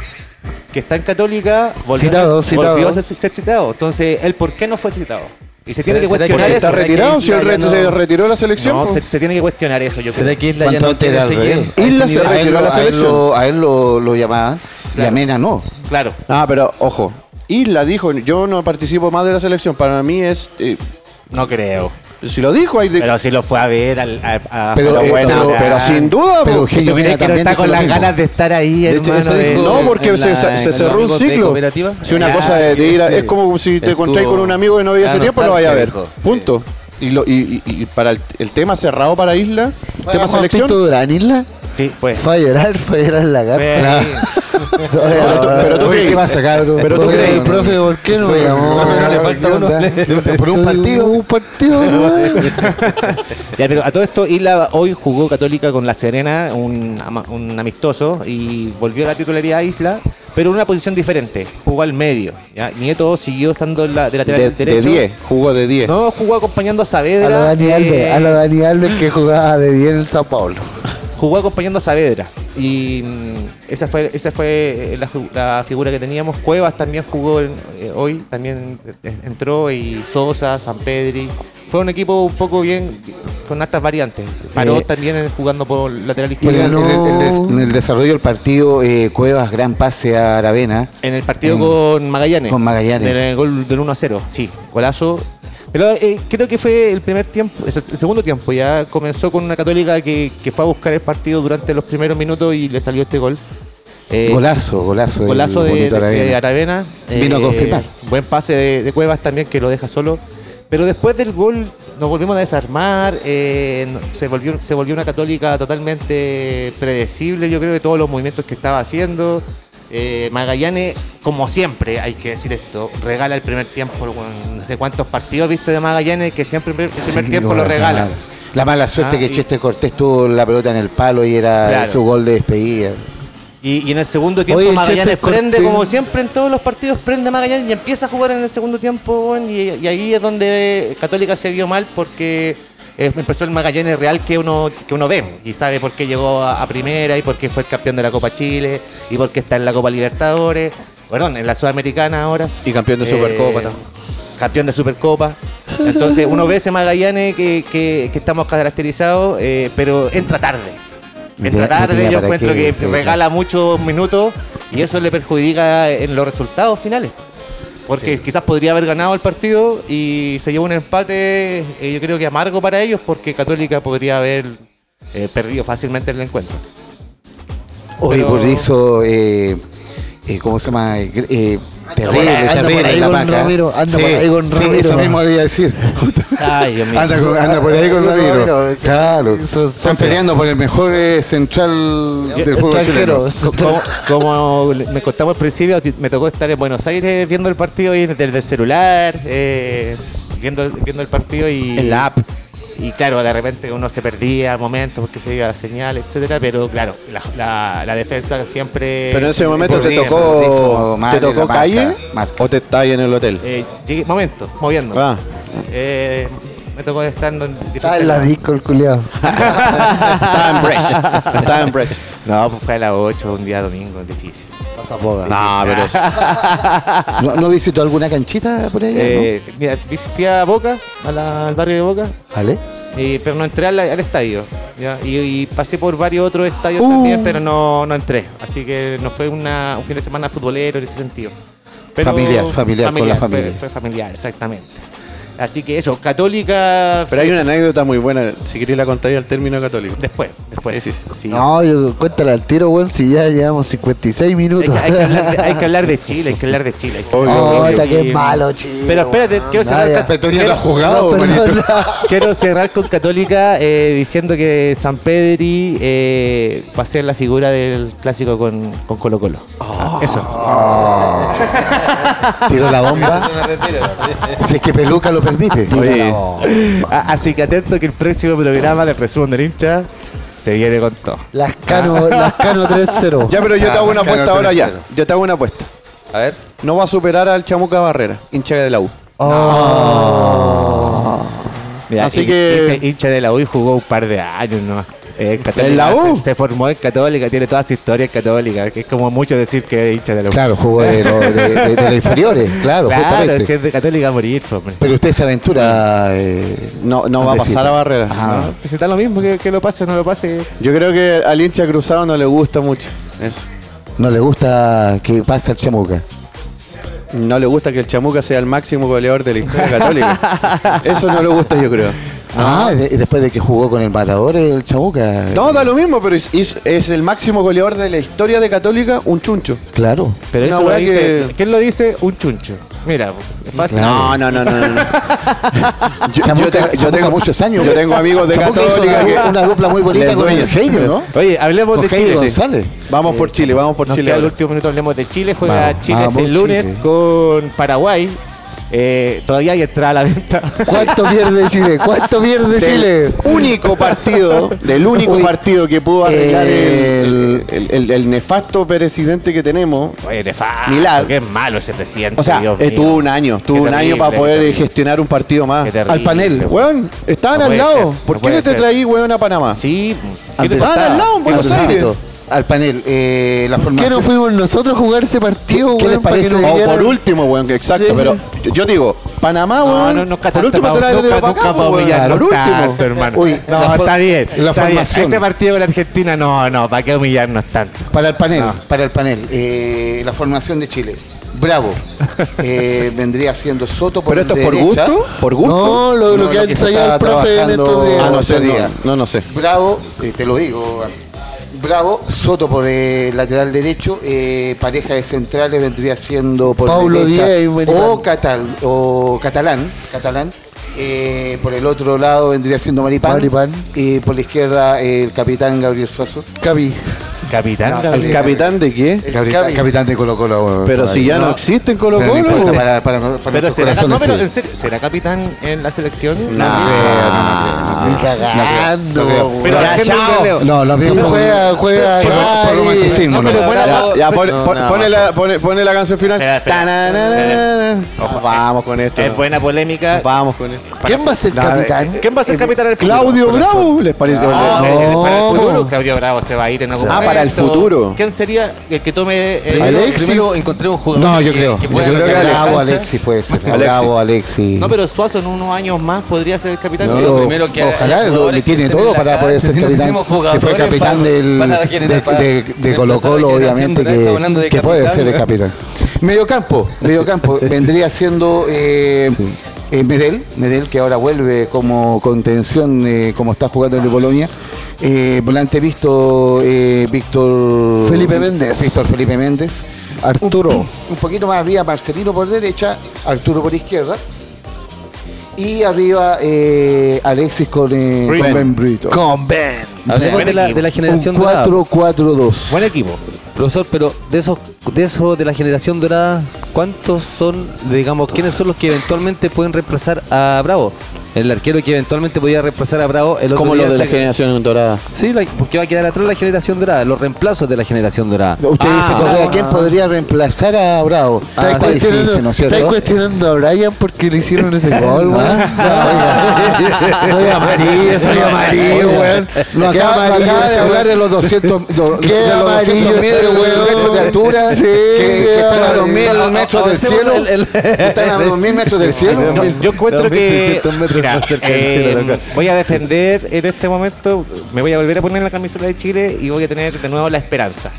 S1: que está en Católica, volvió,
S4: Citado,
S1: a, ser,
S4: citado.
S1: volvió a ser, ser citado. Entonces, él, ¿por qué no fue citado? Y se tiene que
S5: ¿Será que
S1: cuestionar
S5: porque
S1: eso.
S2: Está
S5: ¿Será que
S2: retirado, si el
S5: Isla ya
S2: resto
S5: no-
S2: se retiró de la selección. pues.
S1: No,
S2: po.
S1: se, se tiene que cuestionar eso, yo creo.
S5: ¿Será que Isla ya
S3: ¿Cuánto
S5: no
S3: antes
S5: quiere
S3: era al
S5: seguir?
S3: revés?
S5: A
S2: Isla
S5: este
S2: se
S5: nivel-
S3: A él,
S2: retiró
S3: lo,
S2: a la
S3: a él
S2: selección.
S3: lo- a él lo- lo llamaban y a
S1: Claro.
S3: Mena no.
S1: Claro.
S2: Ah, pero ojo, Isla dijo, yo no participo más de la selección. Para mí es, eh,
S1: No creo.
S2: si lo dijo, hay de-
S1: Pero si lo fue a ver al, a, a-
S2: Pero
S1: a-
S3: eh,
S2: bueno,
S1: a-
S2: pero sin duda, pues.
S3: pero
S2: po.
S1: ¿Tú
S3: Eugenio
S1: crees
S3: Mena
S1: que no
S3: también
S1: está
S3: dijo
S1: con
S3: lo
S1: las
S3: mismo.
S1: ganas de estar ahí,
S5: De hecho,
S1: hermano?
S5: eso
S1: de-
S5: dijo-
S2: Eh, No, porque
S5: en
S2: se,
S5: la-
S2: se- se
S5: en los
S2: cerró un
S5: amigos de
S2: ciclo.
S5: cooperativa. Ah,
S2: Si una
S1: Ya,
S2: cosa es de ir a- es como si te
S5: Estuvo-
S2: encontráis con un amigo que no veía hace
S5: Ah, no,
S2: tiempo, lo vaya a ver.
S5: dijo, sí.
S2: Punto. Y, lo- y- y- y para el, el tema cerrado para Isla, tema
S4: Juan
S2: selección.
S4: Pinto Durán, Isla,
S1: Sí, fue.
S4: fue a llorar, fue a llorar en la
S1: Fue
S4: carta.
S1: ahí.
S4: Pero
S2: tú- pero tú
S3: Oye,
S2: crees-
S3: ¿qué pasa, cabrón?
S2: pero tú
S3: Oye,
S2: crees-
S3: el profe,
S4: ¿por qué no me llamó?
S5: No, le falta
S4: ¿Qué
S5: uno.
S4: onda?
S3: por un partido.
S4: Un partido, weón.
S1: Ya, pero a todo esto, Isla hoy jugó Católica con La Serena, un, ama- un amistoso, y volvió a la titularidad a Isla, pero en una posición diferente. Jugó al medio. ¿ya? Nieto siguió estando en la, de lateral
S2: De de
S1: derecho.
S2: 10, jugó de 10.
S3: eh,
S1: No, jugó acompañando a
S4: A
S1: Saavedra.
S4: lo Dani
S1: eh,
S4: Alves, a lo Dani Alves que jugaba de 10 en el Sao Paulo.
S1: jugó acompañando a Saavedra. Y mm, esa fue, esa fue eh, la, ju- la figura que teníamos. Cuevas también jugó en- eh, hoy, también eh, entró y Sosa, San Pedri. Fue un equipo un poco bien, con altas variantes. Paró
S3: Eh,
S1: también eh, jugando por lateral
S3: Y en,
S1: izquierdo.
S3: el- en el- en el- en el desarrollo del partido, eh, Cuevas, gran pase a Aravena.
S1: En el partido con Magallanes.
S3: Con Magallanes.
S1: En el gol del 1 a 0, sí. Golazo. Pero eh, creo que fue el primer tiempo, es el el segundo tiempo. Ya comenzó con una católica que, que fue a buscar el partido durante los primeros minutos y le salió este gol. Eh,
S3: golazo, golazo. del
S1: Golazo de,
S3: bonito
S1: de-
S3: Aravena.
S1: de Aravena. eh,
S3: Vino a confirmar.
S1: Buen pase de, de Cuevas también que lo deja solo. Pero después del gol nos volvimos a desarmar. eh, no- se, volvió, se volvió una católica totalmente predecible, yo creo, de todos los movimientos que estaba haciendo. Eh, Magallanes, como siempre, hay que decir esto, regala el primer tiempo. weón. No sé cuántos partidos viste de Magallanes que siempre el primer, el primer
S3: Sí,
S1: tiempo lo
S3: bueno,
S1: regala.
S3: claro. La mala suerte
S1: Ah,
S3: que
S1: y-
S3: Chester Cortés tuvo la pelota en el palo y era
S1: Claro.
S3: su gol de despedida.
S1: Y, y en el segundo tiempo
S4: Oye, el
S1: Magallanes
S4: Chester Cortés-
S1: prende, como siempre en todos los partidos, prende Magallanes y empieza a jugar en el segundo tiempo. weón, Y, y ahí es donde Católica se vio mal porque eh, empezó el Magallanes real que uno, que uno ve y sabe por qué llegó a, a primera y por qué fue el campeón de la Copa Chile y por qué está en la Copa Libertadores, perdón, en la Sudamericana ahora.
S2: Y campeón de
S1: Eh,
S2: Supercopa también.
S1: Campeón de Supercopa. Entonces uno ve ese Magallanes que, que- que estamos caracterizados, eh, pero entra tarde.
S3: No
S1: Entra
S3: tenía- no
S1: tarde,
S3: tenía
S1: yo
S3: para
S1: encuentro
S3: qué,
S1: que
S3: sí,
S1: regala muchos minutos y eso le perjudica en los resultados finales. Porque quizás podría haber ganado el partido y se llevó un empate, eh, yo creo que amargo para ellos, porque Católica podría haber eh, perdido fácilmente el encuentro.
S3: Hoy
S1: Pero-
S3: por eso, eh, eh, ¿cómo se llama? Eh, gr- eh, terrible,
S4: por ahí, anda
S3: terrible
S4: por ahí
S3: la
S4: con
S3: paca.
S4: Ramiro, anda
S3: Sí,
S4: por ahí con
S3: sí,
S4: Ramiro,
S3: eso
S4: va.
S3: mismo le iba a decir.
S1: Ay, Dios mío.
S3: anda, con- anda por ahí con
S4: Con
S3: Ramiro.
S4: Ramiro,
S3: Claro.
S4: sí, son-
S3: Están
S4: son-
S3: peleando por el mejor eh, central del fútbol chileno.
S4: Extranjero.
S1: Co- Como, como le- me contamos al principio, ti- me tocó estar en Buenos Aires viendo el partido y desde el celular, eh, viendo, viendo el partido y.
S2: En la app.
S1: Y claro, de repente uno se perdía momentos porque se iba la señal, etcétera, pero claro, la, la- la defensa siempre.
S2: Pero en ese momento te
S1: volvía.
S2: tocó,
S3: hizo mal
S2: te
S3: en la
S2: tocó
S3: marca,
S2: calle
S3: marca.
S2: o te estás ahí en el hotel.
S1: Eh, llegué- momento, moviendo.
S2: Ah,
S1: Eh, me tocó estar en.
S4: Está en la disco el culiado.
S2: estaba en Brecht. Estaba en Brecht.
S1: No, pues fue a las 8, un día domingo, es difícil. Ah.
S2: No, Ah, pero
S3: ¿No, no visitó alguna canchita por ahí?
S1: Eh, Mira, vi- fui a Boca, a la- al barrio de Boca,
S3: ¿Vale?
S1: y- pero no entré al, al estadio. ya, Y, y pasé por varios otros estadios también, pero no, no entré. Así que no fue una- un fin de semana futbolero en ese sentido. Pero-
S3: Familiar, familiar, con la familia.
S1: Fue, fue familiar, exactamente. Así que eso, católica.
S2: Pero
S1: sí,
S2: hay una anécdota muy buena, si queréis la contáis al término católico.
S1: Después, después.
S2: Sí, sí.
S1: Sí.
S4: No, yo, cuéntale al tiro, weón, si ya llevamos 56
S1: Hay,
S4: minutos.
S1: que- hay que hablar de, hay que hablar de Chile, hay que hablar de Chile. hay que
S2: Obvio,
S1: hablar de
S2: obvio.
S4: Puta,
S1: Chile.
S4: qué malo, Chile,
S1: Pero espérate,
S4: weón.
S1: quiero cerrar
S4: Vaya.
S1: esta-
S3: Petunia
S1: quiero-
S3: está jugado,
S4: No,
S3: manito.
S4: perdón.
S1: Quiero cerrar con Católica eh, diciendo que San Pedri eh, va a ser la figura del clásico con, con Colo Colo.
S2: Ah.
S1: Eso.
S3: Tiro la bomba,
S2: Eh,
S3: si es que Peluca lo permite. Tiro
S2: Oye.
S3: la bomba.
S1: A- Así que atento que el próximo programa del resumen del hincha se viene con todo.
S4: Las Cano, las Cano 3-0.
S2: Ya, pero yo te hago una
S3: Ah,
S2: apuesta
S3: cagó
S2: ahora ya.
S3: 3-0.
S2: Yo te hago una apuesta.
S5: A ver,
S2: No va a superar al Chamuca Barrera, hincha de la U.
S1: Mira,
S2: Así
S1: y-
S2: que-
S1: ese hincha de la U y jugó un par de años, ¿no? Eh, Católica
S2: ¿En la U?
S1: Se, se formó en Católica, tiene toda su historia en Católica, que es como mucho decir que es hincha de la U.
S3: Claro, jugó de, lo- de, de- de los inferiores, claro,
S1: claro
S3: justamente.
S1: si es de Católica a morir, pues, hombre.
S3: Pero usted se aventura. eh,
S2: No, no va a
S3: Andresito.
S2: pasar a Barrera.
S3: Ajá.
S1: Pues está lo mismo que, que lo pase o no lo pase.
S2: Yo creo que al hincha cruzado no le gusta mucho. Eso.
S3: No le gusta que pase el chamuca.
S2: No le gusta que el Chamuca sea el máximo goleador de la historia católica. Eso no le gusta, yo creo.
S3: Ah, de- después de que jugó con el matador, el chamuca.
S2: No, da lo mismo, pero es, es- es el máximo goleador de la historia de Católica, un chuncho.
S3: Claro.
S1: Pero
S2: Una
S1: eso lo
S2: weá
S1: dice.
S2: que-
S1: ¿Quién lo dice? Un chuncho. Mira, es fácil.
S2: No, no, no, no. no, no. Yo,
S3: Chamuca-
S2: te-
S3: Chamuca muchos años.
S2: Yo tengo amigos de
S3: Chamuca hizo
S2: Católica.
S3: una,
S2: que-
S3: una dupla muy bonita
S2: Les
S3: con
S2: duele.
S3: el Heider, ¿no?
S1: Oye, hablemos
S3: Con
S1: de
S3: Heider
S1: Chile.
S3: González.
S2: Vamos por Chile, vamos por
S1: Nos
S2: Chile.
S1: queda el
S2: ahora.
S1: último minuto, hablemos de Chile. Juega
S3: Vamos,
S1: Chile
S3: vamos,
S1: este lunes
S3: Chile.
S1: con Paraguay. Eh, todavía hay entrada a la venta.
S4: ¿Cuánto pierde Chile? ¿Cuánto pierde Chile?
S2: Del único partido, del único
S3: Uy,
S2: partido que pudo arreglar el,
S3: el-
S2: el- el- el nefasto presidente que tenemos.
S1: Oye, nefasto.
S2: Milad.
S1: Qué malo ese presidente.
S2: O sea,
S1: Dios
S2: eh,
S1: mío.
S2: tuvo un año, tuvo
S1: Qué
S2: un año
S1: terrible,
S2: para poder
S1: qué
S2: eh, gestionar un partido más.
S1: Qué terrible,
S3: al panel.
S1: weón.
S2: Weón, estaban
S1: No
S2: al
S1: puede
S2: lado.
S1: ser,
S2: ¿Por
S1: no
S2: qué
S1: puede
S2: no te
S1: ser.
S2: traí, weón, a Panamá?
S1: Sí.
S2: Ah,
S1: ¿Qué te
S3: Andresito.
S1: pasa?
S2: Estaban al lado en Buenos
S3: Andresito,
S2: Aires.
S3: Al panel. eh, la
S4: ¿Por qué
S3: formación.
S4: no fuimos nosotros a jugar ese
S3: ¿Qué-
S4: partido,
S3: qué
S4: weón?
S3: les
S4: para
S3: parece?
S4: que nos
S3: O
S2: O
S4: dieran-
S2: por último, weón, que exacto,
S4: Sí.
S2: pero yo, yo digo, Panamá,
S1: No,
S2: weón,
S1: no, no,
S2: por último
S1: nunca,
S2: te la
S1: nunca,
S2: para
S1: nunca
S2: acá,
S1: para
S2: weón,
S1: humillar,
S2: por último.
S1: tanto, hermano.
S3: Uy,
S1: no,
S3: la for-
S1: está bien.
S3: la
S1: está bien.
S3: formación.
S1: Ese partido con la Argentina, no, no, ¿para qué humillarnos tanto?
S3: Para el
S2: Ah.
S3: panel, para el panel, eh, la formación de Chile. Bravo. Eh, vendría siendo Soto por
S2: Pero esto es por
S3: derecha.
S2: gusto, por gusto.
S4: No, lo, lo
S3: No,
S4: que
S3: lo
S4: ha
S3: que se
S4: ensayado el
S3: estaba
S4: profe en estos
S3: trabajando-
S4: días.
S2: Ah, no sé,
S3: otro día.
S2: no, no, no sé.
S3: Bravo, eh, te lo digo. Bravo, Soto por eh, lateral derecho, eh, pareja de centrales vendría siendo por
S4: Pablo
S3: derecha
S4: Díaz y Maripán.
S3: o, Catal, o Catalán, Catalán. Eh, por el otro lado vendría siendo Maripán.
S4: Maripán.
S3: Y por la izquierda eh, el capitán Gabriel Suazo.
S4: Capi.
S1: Capitán,
S3: No,
S1: Gabriel.
S2: ¿El capitán de qué?
S3: El
S4: Gabriel-
S3: capitán, capitán de Colo Colo.
S2: Pero si ya no,
S1: No.
S2: existe en Colo
S3: Pero no
S2: Colo.
S3: importa,
S2: weón.
S3: para, para, para
S1: Pero
S3: nuestros
S1: será, no,
S3: corazones,
S1: pero
S3: sí.
S1: en serio, ¿será capitán en la selección?
S3: No,
S4: Ni cagando,
S3: no creo.
S4: weón.
S1: Pero
S4: Ya,
S1: haciendo un
S4: chao.
S1: relevo.
S3: No, lo
S4: Sí,
S3: mismo.
S4: juega, juega.
S3: Por- por
S4: Cari.
S3: romanticismo,
S1: No, pero
S3: no.
S1: bueno,
S2: Ya, ya, pon-
S5: No,
S2: pon-
S5: nada
S2: pone
S5: más.
S2: la- pone- Pone la canción final.
S1: Espera, espera.
S2: Tananana.
S1: Ojo,
S2: Ah, Vamos con esto.
S1: Es buena polémica.
S2: Vamos con esto.
S4: ¿Quién va a ser
S2: No,
S4: capitán?
S1: ¿Quién va a ser capitán del
S2: Claudio Bravo, ¿les parece?
S1: Ah, eh,
S4: No.
S1: Para el futuro, Claudio Bravo se va a ir en algún
S2: Ah,
S1: momento.
S2: para el futuro.
S1: ¿Quién sería el que tome eh, el
S5: primero,
S4: Alexis.
S5: primero encontré un jugador
S3: No, yo
S5: que-
S3: creo.
S5: que
S3: Yo
S5: pueda
S3: creo que
S5: atacar la
S3: Bravo,
S5: cancha.
S3: Alexis puede ser.
S2: Alexis.
S3: Bravo, Alexis.
S1: No, pero Suazo en unos años más podría ser el capitán.
S5: No,
S1: Yo-
S5: lo primero que
S3: ojalá
S5: haya
S3: lo-
S5: jugadores
S3: le
S5: que
S3: tiene
S5: estén
S3: todo
S5: en la
S3: para poder
S5: cancha,
S3: ser
S5: si no
S3: capitán.
S5: tenemos
S3: Se fue
S5: jugadores
S3: capitán
S5: para-
S3: del,
S5: para generar
S3: de,
S5: para-
S3: de- de
S5: empezar
S3: Colo Colo,
S5: la generación
S3: obviamente,
S5: dorada, estamos hablando
S3: que,
S5: de
S3: que puede ser el
S5: ¿no?
S3: capitán. Mediocampo, mediocampo. Vendría siendo eh, eh, Medel, Medel que ahora vuelve como contención, eh, como está jugando en el Bolonia. Eh, volante visto eh, Víctor
S4: Felipe Méndez.
S3: Víctor Felipe Méndez.
S4: Arturo.
S3: Un poquito más arriba, Marcelino por derecha, Arturo por izquierda. Y arriba eh, Alexis con, eh,
S1: Brito.
S3: con Ben Brito.
S4: Con Ben.
S5: Hablemos de la, de la generación dorada.
S3: Un 4-4-2.
S1: Buen equipo.
S5: Profesor, pero de esos, de esos de la generación dorada, ¿cuántos son, digamos, quiénes son los que eventualmente pueden reemplazar a Bravo? el arquero que eventualmente podía reemplazar a Bravo. El otro
S2: Como lo
S5: día
S2: de la
S5: saca-
S2: generación dorada.
S5: Sí, la- porque va a quedar atrás la generación dorada, los reemplazos de la generación dorada.
S3: Usted
S2: Ah,
S3: dice, Correa,
S4: Bravo.
S3: ¿quién podría reemplazar a Bravo?
S5: Ah,
S3: Está difícil, ¿no es
S4: estáis
S3: cierto?
S4: cuestionando a Brian porque le hicieron ese gol, weón.
S3: Ah, Soy amarillo, soy amarillo,
S4: Oiga.
S3: weón. No
S4: Qué
S3: acaba,
S4: amarillo
S3: acaba de
S4: este
S3: hablar de los 200, do-
S4: Qué
S3: de los
S4: amarillo
S3: 200
S4: este
S3: metros, weón,
S4: weón.
S3: metros de altura,
S4: Sí,
S3: que,
S4: qué
S3: que están a
S4: amarillo.
S3: 2.000 metros del cielo.
S5: El- el-
S3: Están a 2.000 metros del cielo.
S1: Yo, yo encuentro que
S5: 2600 metros
S1: mira,
S5: más cerca del cielo,
S1: eh,
S5: loco.
S1: voy a defender en este momento, me voy a volver a poner la camiseta de Chile y voy a tener de nuevo la esperanza.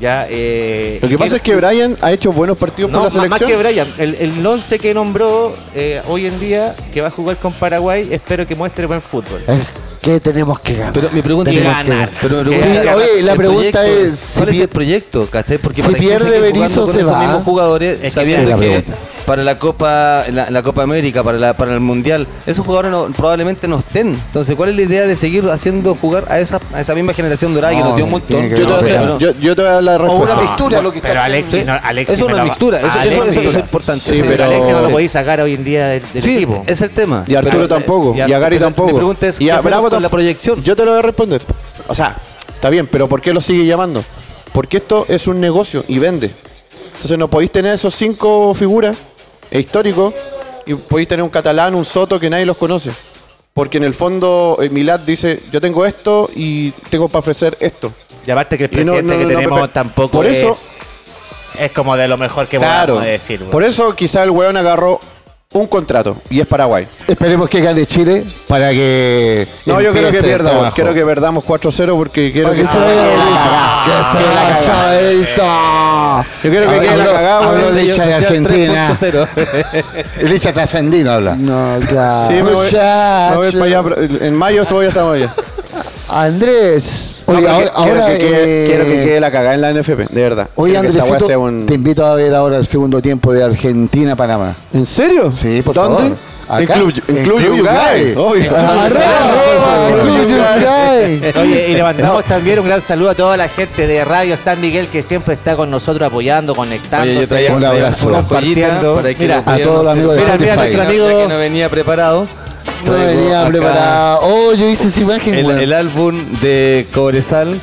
S1: Ya, eh,
S2: Lo que pasa es que Brian ha hecho buenos partidos
S1: No,
S2: por la
S1: más- más
S2: selección.
S1: que Brian, el, el 11 que nombró eh, hoy en día, que va a jugar con Paraguay, espero que muestre buen fútbol.
S4: Eh, ¿Qué tenemos que ganar?
S5: Pero mi pregunta
S1: Y
S5: es-
S1: ganar.
S5: pero mi pregunta
S1: Sí,
S5: es-
S4: oye, la
S5: el
S4: pregunta
S5: proyecto,
S4: es, si
S5: ¿cuál es
S4: pier-
S5: el proyecto? ¿cachai? Porque
S4: si
S5: para que
S4: pierde
S5: siguen jugando
S4: Berizzo,
S5: con
S4: se
S5: esos
S4: va.
S5: mismos jugadores,
S1: que
S3: es
S5: sabiendo
S3: la
S5: que
S3: pregunta.
S5: para la Copa, la, la Copa América, para la, para el Mundial, esos jugadores no- probablemente no estén. Entonces, ¿cuál es la idea de seguir haciendo jugar a esa, a esa misma generación dorada que
S3: No,
S5: nos dio un
S3: tiene
S5: montón?
S3: que
S2: Yo te,
S3: No,
S2: voy a hacer-
S3: pero-
S2: yo- yo te voy a dar la
S3: O una
S2: respuesta.
S3: mixtura, lo que está
S1: pero
S3: haciendo.
S1: Alexis, no, Alexis
S5: Eso es
S1: me
S5: una
S1: la va-
S5: mixtura, eso- eso-
S1: Alexis-
S5: eso es importante.
S2: Sí, pero-
S1: Alexis no lo podéis sacar hoy en día del, del
S5: Sí,
S1: equipo.
S5: es el tema.
S2: Y a Arturo
S5: Pero-
S2: tampoco. Y a,
S1: y a-
S2: Gary
S5: pero
S2: tampoco.
S5: Mi pregunta es,
S2: y a
S5: ¿qué hacemos
S2: Bravo
S5: con la
S2: tam-
S5: proyección?
S2: Yo te lo voy a responder. O sea, está bien, pero ¿por qué lo sigue llamando? Porque esto es un negocio y vende. Entonces no podéis tener esos cinco figuras e históricos y podéis tener un catalán, un soto que nadie los conoce. Porque en el fondo eh, Milad dice, yo tengo esto y tengo para ofrecer esto.
S1: Y aparte que el
S2: Y no-
S1: presidente
S2: no-
S1: que
S2: no,
S1: tenemos
S2: pero-
S1: tampoco
S2: por eso-
S1: es, es como de lo mejor que
S2: claro.
S1: podemos decir. güey.
S2: Por eso quizá el weón agarró un contrato y es Paraguay.
S3: Esperemos que gane Chile para que.
S2: No, yo creo que
S3: empiece el
S2: pierdamos.
S3: trabajo.
S2: Quiero que perdamos 4-0 porque quiero
S4: Para
S2: que...
S4: que se vaya
S3: Ah,
S4: Berizzo.
S3: que
S4: Que
S3: se
S4: se
S3: la
S4: vaya
S3: caga.
S4: Berizzo.
S2: Yo quiero que quede la
S5: Habló-
S2: cagada,
S5: habló
S2: weón.
S3: weón,
S5: de
S3: hincha de
S5: Social
S3: Argentina.
S5: 3.0.
S3: El hincha trascendino habla.
S4: No, claro.
S2: Ah, Sí, me voy, me voy
S4: Muchacho.
S2: para allá. pero En mayo todavía estamos allá.
S4: Andrés.
S2: No,
S3: Oye,
S2: pero
S3: ahora.
S2: que- quiero,
S3: ahora,
S2: que quede,
S3: eh,
S2: quiero que quede la cagada en la NFP, de verdad.
S3: Oye,
S2: Quiero que esta weá
S3: Andresito,
S2: sea un-
S3: te invito a ver ahora el segundo tiempo de Argentina-Panamá.
S2: ¿En serio?
S3: Sí, por
S2: ¿Dónde?
S3: favor. Acá, en
S2: Incluye
S3: Club
S2: un
S3: Yungay. Ah, arroba, Club
S1: Oye, y le mandamos también un gran saludo a toda la gente de Radio San Miguel que siempre está con nosotros apoyando,
S5: Oye, yo
S1: conectándose.
S5: traía
S3: Un
S5: traía
S3: abrazo.
S5: una joyita
S1: Compartiendo.
S5: para que
S1: Mira,
S5: lo
S1: a
S5: pudieran
S3: todos los amigos de
S5: observar.
S1: Mira, mira, Spotify. nuestro amigo-
S5: que no venía preparado.
S4: No
S5: Traigo
S4: venía
S5: acá
S4: preparado. Oh, yo hice esa imagen,
S5: El,
S4: weón.
S5: el álbum de Cobresal.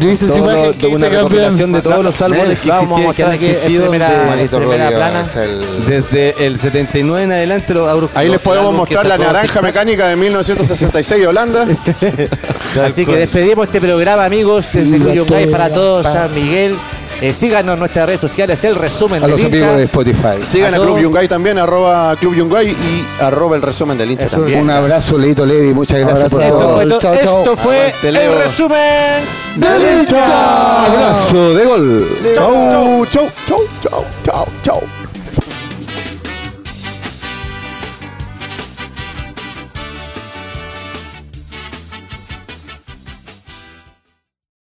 S4: Yo hice esa
S5: todo
S4: imagen
S5: lo-
S4: que
S5: una
S4: hice
S5: recopilación
S4: campeón.
S5: de todos los álbumes que,
S1: Vamos a
S5: existían, que han
S1: mostrar que es
S5: existido
S1: primera-
S5: desde,
S3: Manito
S1: Primera
S3: Rodríguez,
S1: plana.
S3: es el-
S5: desde el 79 en adelante. Los, abro-
S2: Ahí
S5: los
S2: les podemos
S5: álbumes que
S2: mostrar la
S5: sacó
S2: naranja
S5: Sexy.
S2: mecánica de 1966 de Holanda.
S1: Así que despedimos este programa, amigos, de
S4: Sí,
S1: Club Yungay
S4: todo
S1: para todos,
S4: pa-
S1: San Miguel. Eh, síganos en nuestras redes sociales, el resumen
S3: A
S1: del
S3: los
S1: hincha.
S3: amigos de Spotify.
S2: Sigan
S1: A
S2: a,
S1: todos.
S2: Club Yungay también, arroba Club Yungay y arroba el resumen del hincha
S1: Eso.
S2: también.
S3: Un abrazo, Leito Levi. Muchas gracias
S4: Abrazo.
S3: por
S1: Esto
S3: todo.
S1: fue, to-
S4: Chao, chao.
S1: esto fue
S5: Aguante,
S1: el
S5: Leo.
S1: resumen.
S3: ¡Del hincha! Abrazo de gol.
S2: Chau, chau, chau, chau, chau, chau.